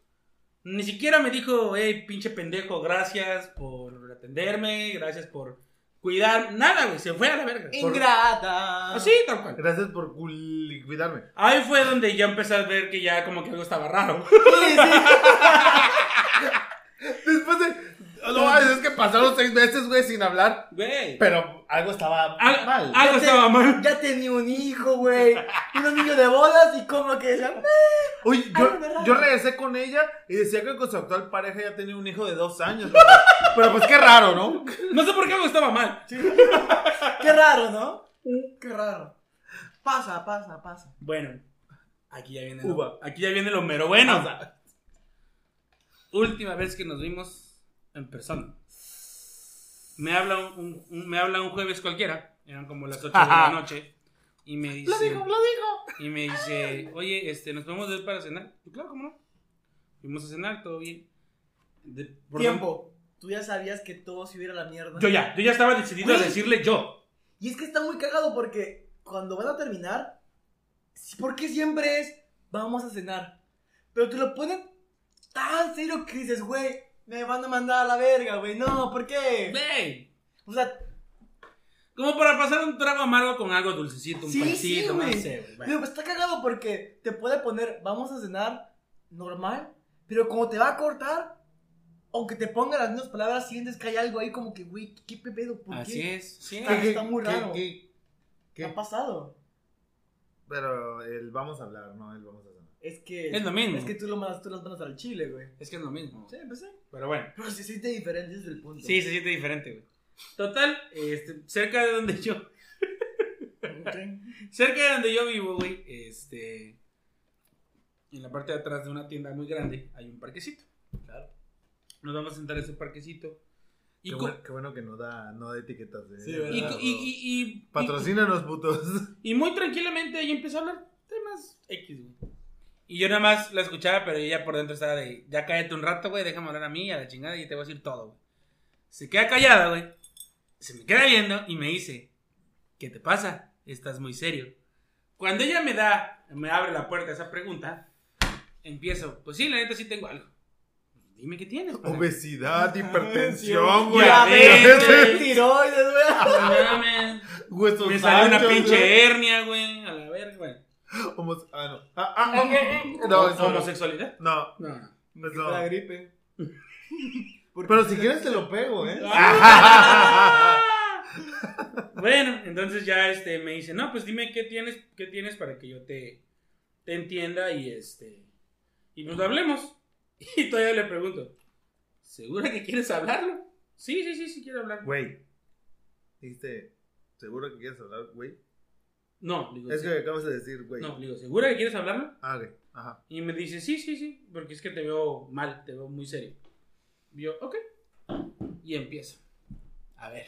C: Ni siquiera me dijo, hey, pinche pendejo, gracias por atenderme, gracias por cuidar. Nada, güey, se fue a la verga.
A: Ingrata.
C: Así, tal cual.
B: Gracias por cul- cuidarme.
C: Ahí fue donde ya empecé a ver que ya como que algo estaba raro.
A: Sí, sí.
B: Después de. No, es que pasaron seis meses, güey, sin hablar.
C: Güey.
B: Pero algo estaba
C: Al-
B: mal.
C: al- Algo
A: Ya te-
C: estaba mal.
A: Ya tenía un hijo, güey. Unos niños de bodas y como que decían.
B: Oye, yo,
A: algo raro.
B: yo regresé con ella y decía que con su actual pareja ya tenía un hijo de dos años. Pero, pero pues qué raro, ¿no?
C: No sé por qué algo estaba mal.
A: Qué raro, ¿no? Qué raro. Pasa, pasa, pasa.
C: Bueno, aquí ya viene lo,
B: Uva.
C: Aquí ya viene lo mero bueno. Última vez que nos vimos en persona. Me habla un, un- un- me habla un jueves cualquiera, eran como las 8 de la noche, y me dice,
B: dijo.
C: y me dice, oye, este, ¿nos podemos ver para cenar? Y claro, ¿cómo no? Fuimos a cenar, todo bien. De- por
A: Tiempo. Tú ya sabías que todo se iba a ir a la mierda.
C: donde- Yo ya, yo ya estaba decidido a
A: Güey.
C: decirle yo.
A: Y es que está muy cagado porque cuando van a terminar, si- ¿por qué siempre es vamos a cenar? Pero te lo ponen tan serio que dices, güey, me van a mandar a la verga, güey. No, ¿por qué?
C: Güey,
A: O sea,
C: como para pasar un trago amargo con algo dulcecito, un
A: Sí,
C: pancito,
A: sí,
C: no
A: güey.
C: sé, güey. Bueno.
A: digo, pues, está cagado porque te puede poner vamos a cenar normal, pero como te va a cortar, aunque te ponga las mismas palabras sientes que hay algo ahí como que, güey, ¿qué pedo? ¿Por
C: Así
A: qué?
C: es, sí.
A: Ah, está muy
B: ¿Qué-
A: raro.
B: qué-
A: ¿Qué
B: qué?
A: ha pasado?
B: Pero el vamos a hablar, no, el vamos a hablar.
A: Es que...
C: Es lo mismo.
A: Es que tú, lo mandas, tú las mandas al chile, güey.
C: Es que es lo mismo.
A: Sí, pues sí.
C: Pero bueno.
A: Pero se siente diferente desde el punto.
C: Sí, se siente diferente, güey. Total, este, cerca de donde yo
A: Ok.
C: Cerca de donde yo vivo, güey, este. En la parte de atrás de una tienda muy grande hay un parquecito.
A: Claro.
C: Nos vamos a sentar en ese parquecito. Y,
B: Qué,
C: co-
B: bueno, qué bueno que no da, no da etiquetas. De,
A: Sí,
B: de
A: ¿verdad?
C: y,
B: raro.
C: co- y, y- y- y-
B: Patrocínanos, putos.
C: y muy tranquilamente ella empezó a hablar temas X, güey. Y yo nada más la escuchaba, pero ella por dentro estaba de, ya cállate un rato, güey, déjame hablar a mí, a la chingada, y te voy a decir todo, güey. Se queda callada, güey. Se me queda viendo y me dice, ¿qué te pasa? Estás muy serio. Cuando ella me da, me abre la puerta a esa pregunta, empiezo, pues sí, la neta sí tengo algo. Dime qué tienes. para-
B: Obesidad,
A: Ah,
B: hipertensión, güey.
C: Diabetes.
B: Diabetes,
A: Tiroides, güey.
C: No mames.
B: Huesos
C: Me salió una
B: anchos,
C: pinche hernia, güey. A la verga, güey.
B: Homos- Ah, no. Ah, ah, ah, ah, ah. no, eso no.
C: homosexualidad.
B: No,
C: No, no.
B: pues
A: La
B: no.
A: gripe. Porque
B: Pero si quieres te lo pego, ¿eh?
A: Ah.
C: Ah. Bueno, entonces ya este me dice, no, pues dime qué tienes, qué tienes para que yo te, te entienda y este. Y nos hablemos. Y todavía le pregunto, ¿segura que quieres hablarlo? Sí, sí, sí, sí quiero hablarlo.
B: Güey. Dijiste, ¿seguro que quieres hablar, güey?
C: No, le digo,
B: Es
C: "Sí".
B: que acabas de decir, güey.
C: no, le digo, ¿segura que quieres hablarlo?
B: Ah, ok. Ajá.
C: Y me dice, sí, sí, sí, porque es que te veo mal, te veo muy serio. Y yo, ok. Y empiezo. A ver.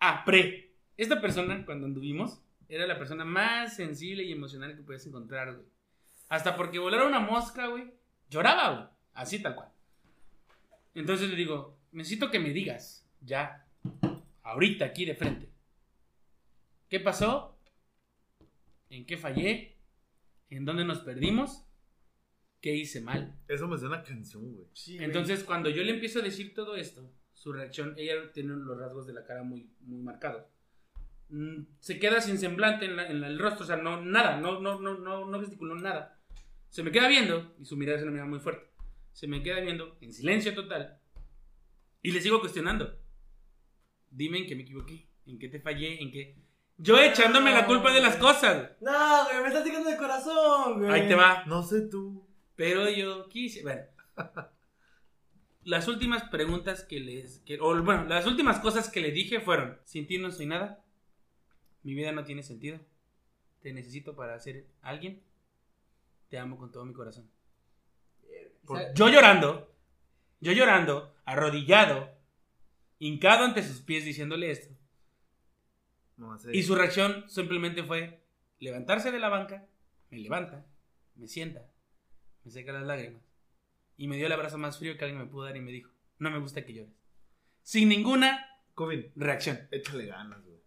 C: Ah, pre. Esta persona, cuando anduvimos, era la persona más sensible y emocional que podías encontrar, güey. Hasta porque volara una mosca, güey. Lloraba, güey. Así tal cual. Entonces le digo, necesito que me digas, ya, ahorita, aquí de frente. ¿Qué pasó? ¿En qué fallé? ¿En dónde nos perdimos? ¿Qué hice mal?
B: Eso me suena a canción, güey.
A: Sí, güey.
C: Entonces, cuando yo le empiezo a decir todo esto, su reacción, ella tiene los rasgos de la cara muy, muy marcados. Mm, Se queda sin semblante en, la- en la- el rostro, o sea, no, nada, no, no, no, no, no gesticuló nada. Se me queda viendo, y su mirada es una mirada muy fuerte, se me queda viendo en silencio total, y le sigo cuestionando. Dime en qué me equivoqué, en qué te fallé, en qué... Yo echándome la culpa de las cosas.
A: No, güey, me estás tirando de corazón, güey.
C: Ahí te va.
B: No sé tú.
C: Pero yo quise. Bueno. Las últimas preguntas que les. que- o, bueno, las últimas cosas que le dije fueron: Sin ti no soy nada. Mi vida no tiene sentido. Te necesito para ser alguien. Te amo con todo mi corazón.
A: O sea,
C: Yo llorando. Yo llorando, arrodillado, hincado ante sus pies diciéndole esto.
B: No sé.
C: Y su reacción simplemente fue levantarse de la banca, me levanta, me sienta, me seca las lágrimas y me dio el abrazo más frío que alguien me pudo dar y me dijo, no me gusta que llores. Sin ninguna
B: Cubin,
C: reacción,
B: échale ganas, güey.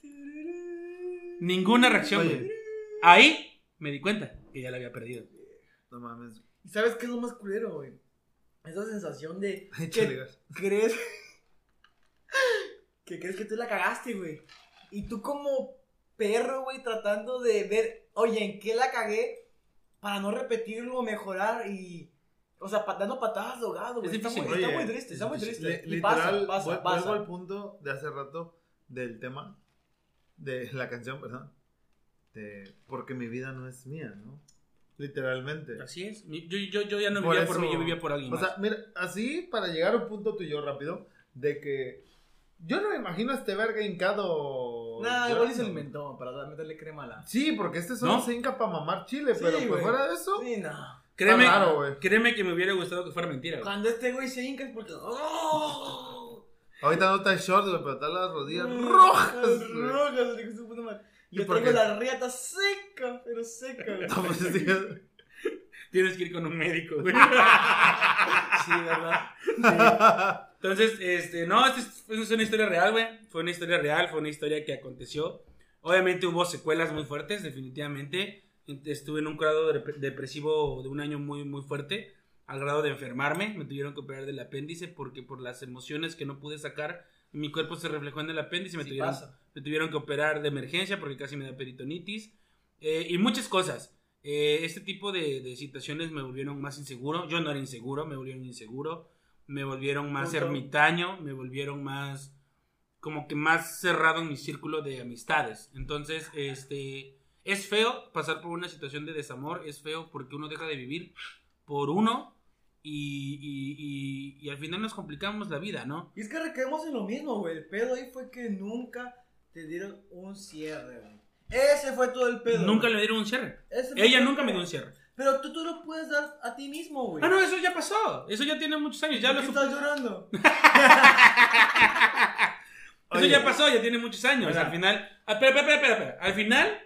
C: ninguna reacción.
B: Oye.
C: güey. Ahí me di cuenta que ya la había perdido.
B: No mames.
A: ¿Y sabes qué es lo más culero, güey? Esa sensación de
B: Échale ganas.
A: crees que crees que tú la cagaste, güey. Y tú como perro, güey, tratando de ver, oye, ¿en qué la cagué? Para no repetirlo, mejorar y... O sea, pa- dando patadas de ahogado, güey.
C: Es
A: Está, muy,
C: difícil.
A: está
B: Oye,
A: muy triste, está muy triste.
B: le-
A: Este, y pasa,
B: literal,
A: pasa,
B: vu-
A: pasa.
B: vuelvo al punto de hace rato del tema de la canción, perdón. De porque mi vida no es mía, ¿no? Literalmente.
C: Así es, mi- yo, yo, yo ya no
B: Por
C: vivía por
B: eso-
C: mí, yo vivía por alguien.
B: O
C: más.
B: sea, mira, así para llegar a un punto tú y yo rápido, de que yo no me imagino a este verga hincado.
A: Nah, igual y se
B: llorando.
A: lo inventó para dar- meterle crema a la...
B: Sí, porque este solo
C: ¿No?
B: se hinca para mamar chile,
A: Sí,
B: pero pues
A: güey.
B: fuera de eso.
A: Sí, no.
C: créeme,
B: está raro, güey.
C: créeme que me hubiera gustado que fuera mentira. güey.
A: Cuando este güey se hinca es porque... ¡Oh!
B: Ahorita no está en short, güey, pero están las rodillas
A: Mm,
B: rojas.
A: las
B: güey.
A: Rojas, le hijo de su puta madre.
B: ¿Y
A: Yo
B: por
A: tengo
B: qué?
A: la riata seca, pero seca, güey.
B: No, pues, sí,
C: Tienes que ir con un médico. güey.
A: Sí, ¿verdad?
C: Entonces, este, no, esta es, es una historia real, güey. Fue una historia real, fue una historia que aconteció. Obviamente hubo secuelas muy fuertes, definitivamente. Estuve en un grado de- depresivo de un año muy, muy fuerte, al grado de enfermarme. Me tuvieron que operar del apéndice porque por las emociones que no pude sacar, mi cuerpo se reflejó en el apéndice. y Me,
A: Sí
C: tuvieron,
A: pasa.
C: me tuvieron que operar de emergencia porque casi me da peritonitis. eh, y muchas cosas. Eh, este tipo de, de situaciones me volvieron más inseguro. Yo no era inseguro, me volvieron inseguro. Me volvieron más
A: Punto.
C: ermitaño, me volvieron más como que más cerrado en mi círculo de amistades. Entonces, este es feo pasar por una situación de desamor, es feo porque uno deja de vivir por uno y, y- y- y al final nos complicamos la vida, ¿no?
A: Y es que recaemos en lo mismo, güey. El pedo ahí fue que nunca te dieron un cierre, güey. Ese fue todo el pedo.
C: Nunca
A: güey.
C: le dieron un cierre.
A: Ese fue
C: Ella
A: todo el
C: nunca me
A: pedo.
C: dio un cierre.
A: Pero tú, tú lo puedes dar a ti mismo, güey.
C: Ah, no, eso ya pasó. Eso ya tiene muchos años. Ya
A: ¿Por
C: lo
A: qué
C: supe-
A: estás llorando?
C: Eso
B: Oye.
C: ya pasó, ya tiene muchos años.
A: Ajá.
C: Al final. Ah, Espera, espera, espera, espera, espera. Al final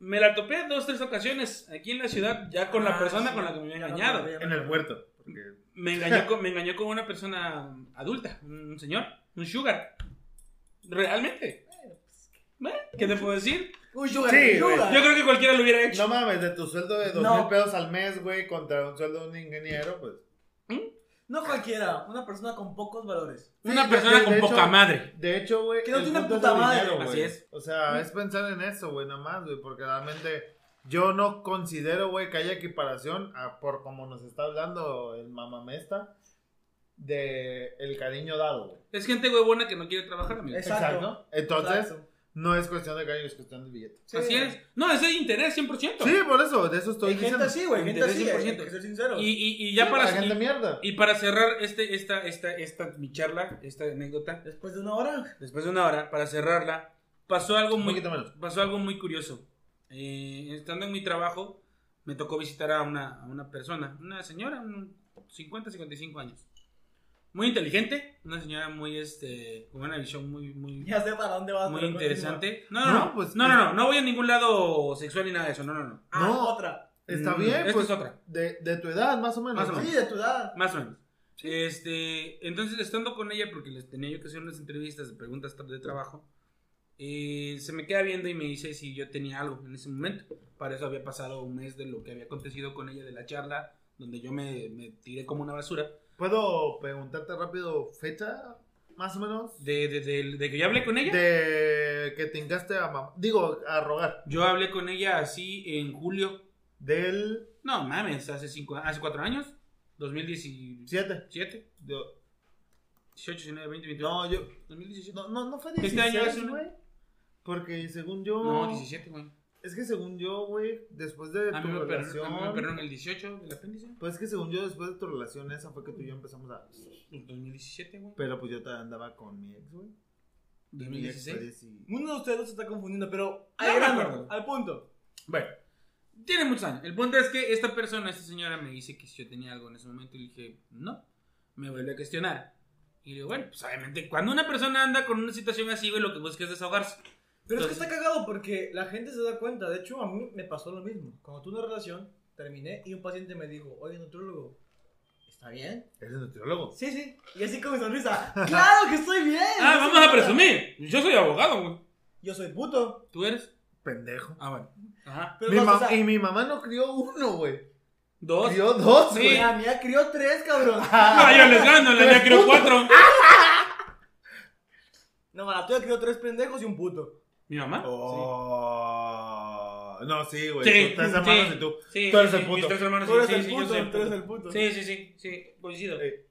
C: me la topé dos, tres ocasiones aquí en la ciudad, ya con la
A: Ah,
C: persona
A: sí.
C: con la que me había
A: Ya no,
C: engañado.
A: ya no.
B: En el puerto. porque-
C: Me engañó, con, me engañó con una persona adulta, un señor, un sugar. Realmente. Bueno, ¿Qué te puedo decir?
A: Un sugar,
B: Sí,
A: un
B: güey.
A: sugar.
C: Yo creo que cualquiera lo hubiera hecho.
B: No mames, de tu sueldo de dos
A: No.
B: mil pesos al mes, güey, contra un sueldo de un ingeniero, pues.
A: No cualquiera, una persona con pocos valores.
C: una
B: Sí,
C: persona
B: de-
C: con
B: de
C: poca
B: hecho-
C: madre.
B: De hecho, güey.
A: Que no
B: el
A: tiene
B: punto es
A: puta
B: el
A: madre.
B: dinero,
C: Así
B: güey.
C: es.
B: O sea, es pensar en eso, güey, nada más, güey, porque realmente yo no considero, güey, que haya equiparación a- por como nos está hablando el mamamesta de el cariño dado, güey.
C: Es gente huevona que no quiere trabajar, amigo.
A: Es- Exacto.
B: Entonces,
A: Exacto.
B: no es cuestión de cariño, es cuestión de billete.
A: Sí.
C: Así es. No, es de interés 100%.
B: Sí, por eso, de eso estoy
A: Hay Eh, gente
B: diciendo.
A: así, güey. Gente
C: Interés
A: así, hay
C: 100%.
A: que ser sincero.
C: Y, y- y ya
B: Sí,
C: para,
B: la gente
C: y,
B: mierda.
C: y para cerrar este, esta, esta, esta, mi charla, esta anécdota,
A: Después de una hora.
C: después de una hora, para cerrarla, pasó algo
B: Un
C: muy,
B: poquito menos.
C: pasó algo muy curioso. Eh, estando en mi trabajo, me tocó visitar a una, a una persona, una señora, un 50, 55 años. Muy inteligente, una señora muy, este, con una visión muy, muy,
A: Ya sé para dónde vas.
C: muy
A: pero
C: interesante. No, no, no,
B: No, pues,
C: no, no, no, no voy a ningún lado sexual ni nada de eso, no, no, no.
A: continúa. Ah,
B: No.
A: otra.
B: Está
C: Mm,
B: bien,
C: esta
B: pues.
C: es otra.
B: De, de tu edad, más o menos.
C: Más o menos.
A: Sí, de tu edad.
C: Más o menos. Este, entonces, estando con ella, porque les tenía yo que hacer unas entrevistas de preguntas de trabajo, eh, se me queda viendo y me dice si yo tenía algo en ese momento. Para eso había pasado un mes de lo que había acontecido con ella, de la charla, donde yo me, me tiré como una basura.
B: ¿Puedo preguntarte rápido fecha? más o menos,
C: De, de- del- de que yo hablé con ella.
B: de que te hincaste a mamá. Digo, a rogar.
C: Yo hablé con ella así en julio.
B: Del
C: No mames, hace cinco, hace cuatro años. 2017,
B: 7.
C: 18, 19, 20, 21.
B: No, yo.
C: 2017.
B: No, no, no fue
C: Este
B: 16,
C: año es un-
B: güey. Porque según yo.
C: No, 17, güey.
B: Es que según yo, güey, después de
C: A
B: tu
C: mí me
B: relación.
C: operaron a mí me operaron el 18 del apéndice.
B: Pues es que según yo, después de tu relación esa fue que tú y yo empezamos a.
C: En 2017, güey.
B: Pero pues yo te andaba con mi ex, güey. Y mi ex
C: 2016.
B: fue dieci-
A: Uno de ustedes dos se está confundiendo, pero.
C: No me
A: Llegando
C: acuerdo.
A: Al punto.
C: Bueno, tiene muchos años. El punto es que esta persona, esta señora, me dice que si yo tenía algo en ese momento y dije, no, me vuelve a cuestionar. Y le digo, bueno, pues obviamente, cuando una persona anda con una situación así, güey, lo que busca es desahogarse.
A: Pero es que
C: Entonces-
A: está cagado porque la gente se da cuenta. De hecho, a mí me pasó lo mismo. Cuando tuve una relación, terminé y un paciente me dijo, oye, nutrólogo, ¿está bien?
B: Eres nutriólogo.
A: Sí, sí. Y así con mi sonrisa, ¡claro que estoy bien!
C: Ah,
A: No sé
C: vamos a
A: nada.
C: presumir. Yo soy abogado, güey.
A: Yo soy puto.
C: ¿Tú eres?
B: Pendejo.
C: Ah, bueno. Ajá.
A: Pero
B: Mi
A: no, o
B: ma-
A: sea,
B: Y mi mamá no crió uno, güey.
C: Dos.
B: Crió dos,
C: Sí.
B: güey.
A: La mía crió tres, cabrón.
C: Ah, yo les gano, la mía creo cuatro.
B: Ah.
A: No, la tuya crió tres pendejos y un puto.
C: ¿Mi mamá?
B: Oh. No, sí, güey.
C: Sí,
B: Tú estás
C: sí.
B: hermanos y tú.
C: Sí,
B: Tú eres
C: sí,
B: el
C: sí,
B: puto.
C: mis tres hermanos,
A: Tú
C: sí,
A: eres
C: sí,
A: el
C: sí, yo soy
A: puto, tú eres el puto.
C: Sí, sí, sí, sí, coincido.
B: Eh.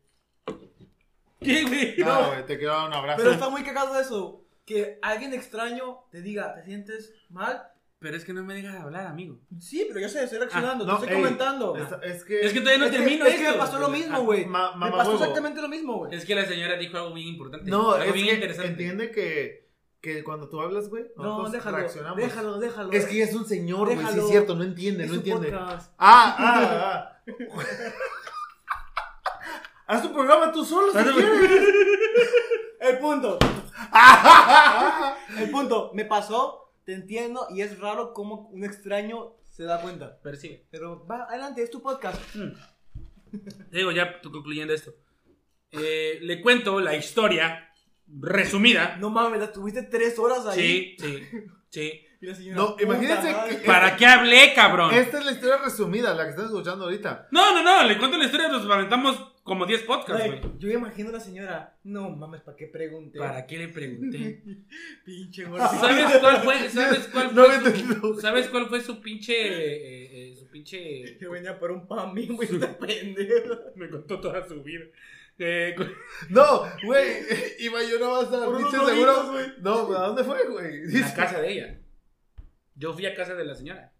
C: ¿Qué, güey?
B: No, güey, te quiero dar un abrazo.
A: Pero está muy cagado eso. Que alguien extraño te diga, ¿te sientes mal?
C: Pero es que no me dejas hablar, amigo.
A: Sí, pero yo sé, estoy reaccionando,
B: Ah, no,
A: te
B: ey,
A: estoy comentando.
B: Está- es que.
C: Es que todavía no
A: Es que-
C: termino.
A: es que
C: esto.
A: me pasó lo mismo, güey.
B: Ah, Ma-
A: Me
B: mamá
A: pasó
B: huevo.
A: exactamente lo mismo, güey.
C: Es que la señora dijo algo bien importante.
B: No,
C: algo
B: es
C: bien
B: que
C: interesante.
B: entiende que, que cuando tú hablas, güey,
A: No,
B: nosotros
A: déjalo,
B: reaccionamos.
A: déjalo, déjalo.
B: Es que ya es un señor, güey, sí
A: Déjalo.
B: es cierto, no entiende,
A: Es
B: no
A: un
B: entiende.
A: podcast.
B: Ah, ah, ah. Haz tu programa tú solo si quieres.
A: El punto, el punto. Me pasó, te entiendo, y es raro cómo un extraño se da cuenta.
C: Percibe.
A: Pero va, adelante, es tu podcast.
C: Te digo, ya tú concluyendo esto. Eh, le cuento la historia resumida.
A: No mames, la tuviste tres horas ahí.
C: Sí, sí, sí.
A: Y la señora,
B: No,
A: puta
B: imagínense
A: madre.
B: que-
C: ¿Para qué hablé, cabrón?
B: Esta es la historia resumida, la que estás escuchando ahorita.
C: No, no, no. Le cuento la historia. Nos aventamos como 10 podcasts,
A: Like,
C: güey.
A: yo me imagino a la señora, no mames, ¿para qué pregunté?
C: ¿Para qué le pregunté?
A: pinche
C: ¿Sabes cuál fue? ¿Sabes cuál
B: No
C: fue?
B: lo he
C: su,
B: entendido.
C: ¿Sabes cuál fue su pinche. eh, eh, su pinche.
A: Que venía por un pan mismo y este pendejo.
C: Me contó toda su vida. Eh, cu-
B: No, güey, iba yo no vas a
A: Por unos
B: pinche
A: doritos,
B: seguro.
A: güey.
B: No, ¿a dónde fue, güey?
C: a casa de ella. Yo fui a casa de la señora.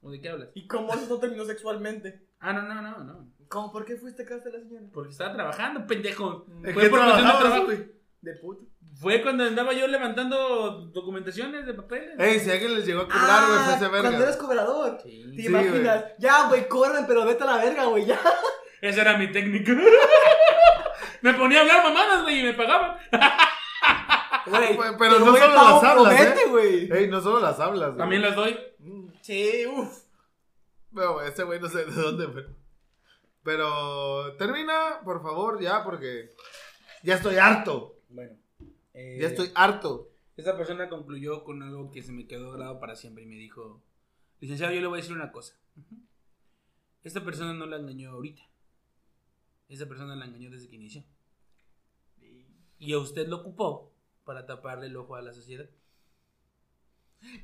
C: ¿O de qué hablas?
A: ¿Y cómo eso no terminó sexualmente?
C: Ah, no, no, no, no.
A: ¿Cómo? ¿Por qué fuiste a casa de la señora?
C: Porque estaba trabajando, pendejo.
A: Mm,
B: ¿En
C: Fue
B: qué
C: por cuestión de
B: trabajabas,
C: trabajo.
B: güey?
A: De puta.
C: Fue cuando andaba yo levantando documentaciones de papeles.
B: Ey, si alguien les llegó a cobrar, güey, fue ese
A: Ah, cuando eres
B: verga.
A: cobrador.
C: Sí.
A: Te
B: Sí,
A: imaginas, ya, güey, corren, pero vete a la verga, güey, ya.
C: Esa era mi técnica. me ponía a hablar mamadas, güey, y me pagaban.
A: Güey,
B: Pero no
A: luego el
B: solo
A: pavo
B: las hablas,
A: promete,
B: ¿eh?
A: güey.
B: Ey, no solo las hablas, güey.
C: También las doy.
A: Mm, Sí, uff.
B: Pero güey, ese güey no sé de dónde, pero... Pero termina, por favor, ya, porque ya estoy harto.
C: Bueno. eh,
B: Ya estoy harto.
C: Esa persona concluyó con algo que se me quedó grabado para siempre y me dijo, licenciado, yo le voy a decir una cosa. Ujú. Esta persona no la engañó ahorita. Esa persona la engañó desde que inició. Y a usted lo ocupó para taparle el ojo a la sociedad.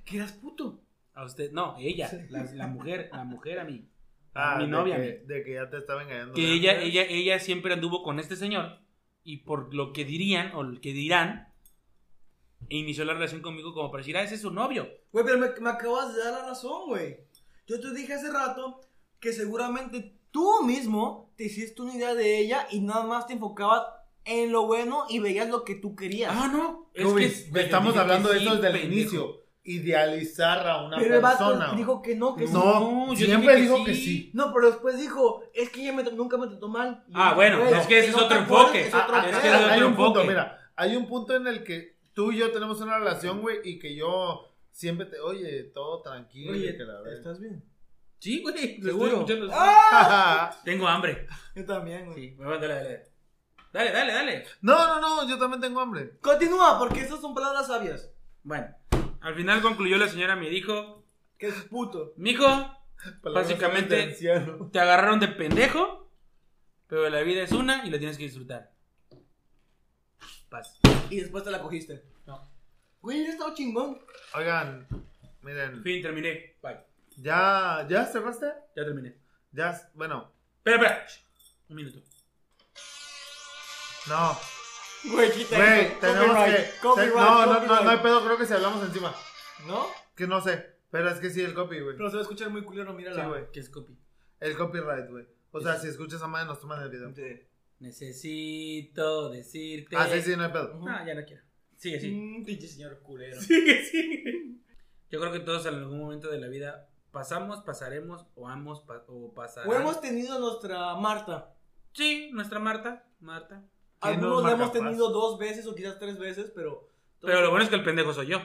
A: Que eras puto.
C: A usted, no, ella, la, la mujer, la mujer a mí. a
B: Ah,
C: mi
B: de
C: novia. a mí.
B: Que, de que ya te estaba engañando.
C: que ella, ella, ella siempre anduvo con este señor y por lo que dirían o lo que dirán, e inició la relación conmigo como para decir, ah, ese es su novio.
A: Güey, pero me, me acabas de dar la razón, güey. Yo te dije hace rato que seguramente tú mismo te hiciste una idea de ella y nada más te enfocabas en lo bueno y veías lo que tú querías.
C: Ah, no.
B: Rubí,
C: güey,
B: estamos
C: dije
B: hablando
C: que
B: de eso
C: sí,
B: desde el
C: pendejo.
B: inicio. Idealizar a una
A: pero el vato
B: persona. güey.
A: dijo que no, que sí.
B: no,
C: No, yo
B: siempre
C: dije que
B: dijo que
C: sí.
B: sí.
A: No, pero después dijo, es que ella me, nunca me trató mal. Y
C: Ah,
A: yo,
C: bueno,
A: güey,
C: es que ese es
A: no
C: otro
A: te acuerdas,
C: enfoque.
A: es
B: Ah,
A: otro
B: ah,
C: es
A: pedo.
C: que era
B: ah, hay
C: otro
B: un punto,
C: enfoque.
B: mira, hay un punto en el que tú y yo tenemos una relación, güey, y que yo siempre te, oye, todo tranquilo,
A: Oye,
B: que la verdad.
A: ¿estás bien?
C: Sí, güey.
A: Seguro.
C: Seguro.
B: Ah.
C: Tengo hambre.
A: Yo también, güey.
C: Sí, bueno, dale, dale. Dale, dale, dale.
B: no, no, no, yo también tengo hambre.
A: Continúa, porque esas son palabras sabias.
C: Bueno, al final concluyó la señora, me dijo,
A: Que es puto.
C: mijo,
B: Palabras
C: Básicamente-
B: de anciano.
C: te agarraron de pendejo, pero la vida es una y la tienes que disfrutar.
A: Paz. Y después te la cogiste.
C: No.
A: Güey, eres todo chingón.
B: Oigan, miren.
C: Fin, terminé. Bye.
B: ¿Ya, ya cerraste?
C: Ya terminé.
B: Ya, bueno,
C: Espera, espera. Shh. Un minuto.
B: no.
A: Güey, quita
B: Güey,
A: eso.
B: tenemos
A: Copyright,
B: que.
A: copyright,
B: no, no, no,
A: copyright.
B: no hay pedo, creo que si hablamos encima.
A: ¿No?
B: Que no sé. Pero es que sí, el copy, güey.
A: Pero se va a escuchar muy culero, mírala.
B: Sí, güey.
C: ¿Qué Ah. es copy?
B: El copyright, güey. O sea, si escuchas a madre, nos toman el video.
A: Sí.
C: Necesito decirte.
B: Ah, sí, sí, no hay pedo.
A: Ujú.
C: No, ya no quiero. Sigue, sigue.
A: Mm, pinche señor culero.
C: Sigue, sigue. Yo creo que todos en algún momento de la vida pasamos, pasaremos o ambos pa- o pasarán.
A: O hemos tenido nuestra Marta.
C: Sí, nuestra Marta, Marta.
B: Sí, no,
A: Algunos la
B: marca
A: hemos
B: paz.
A: tenido dos veces o quizás tres veces, pero.
C: Pero lo bueno es que el pendejo soy yo.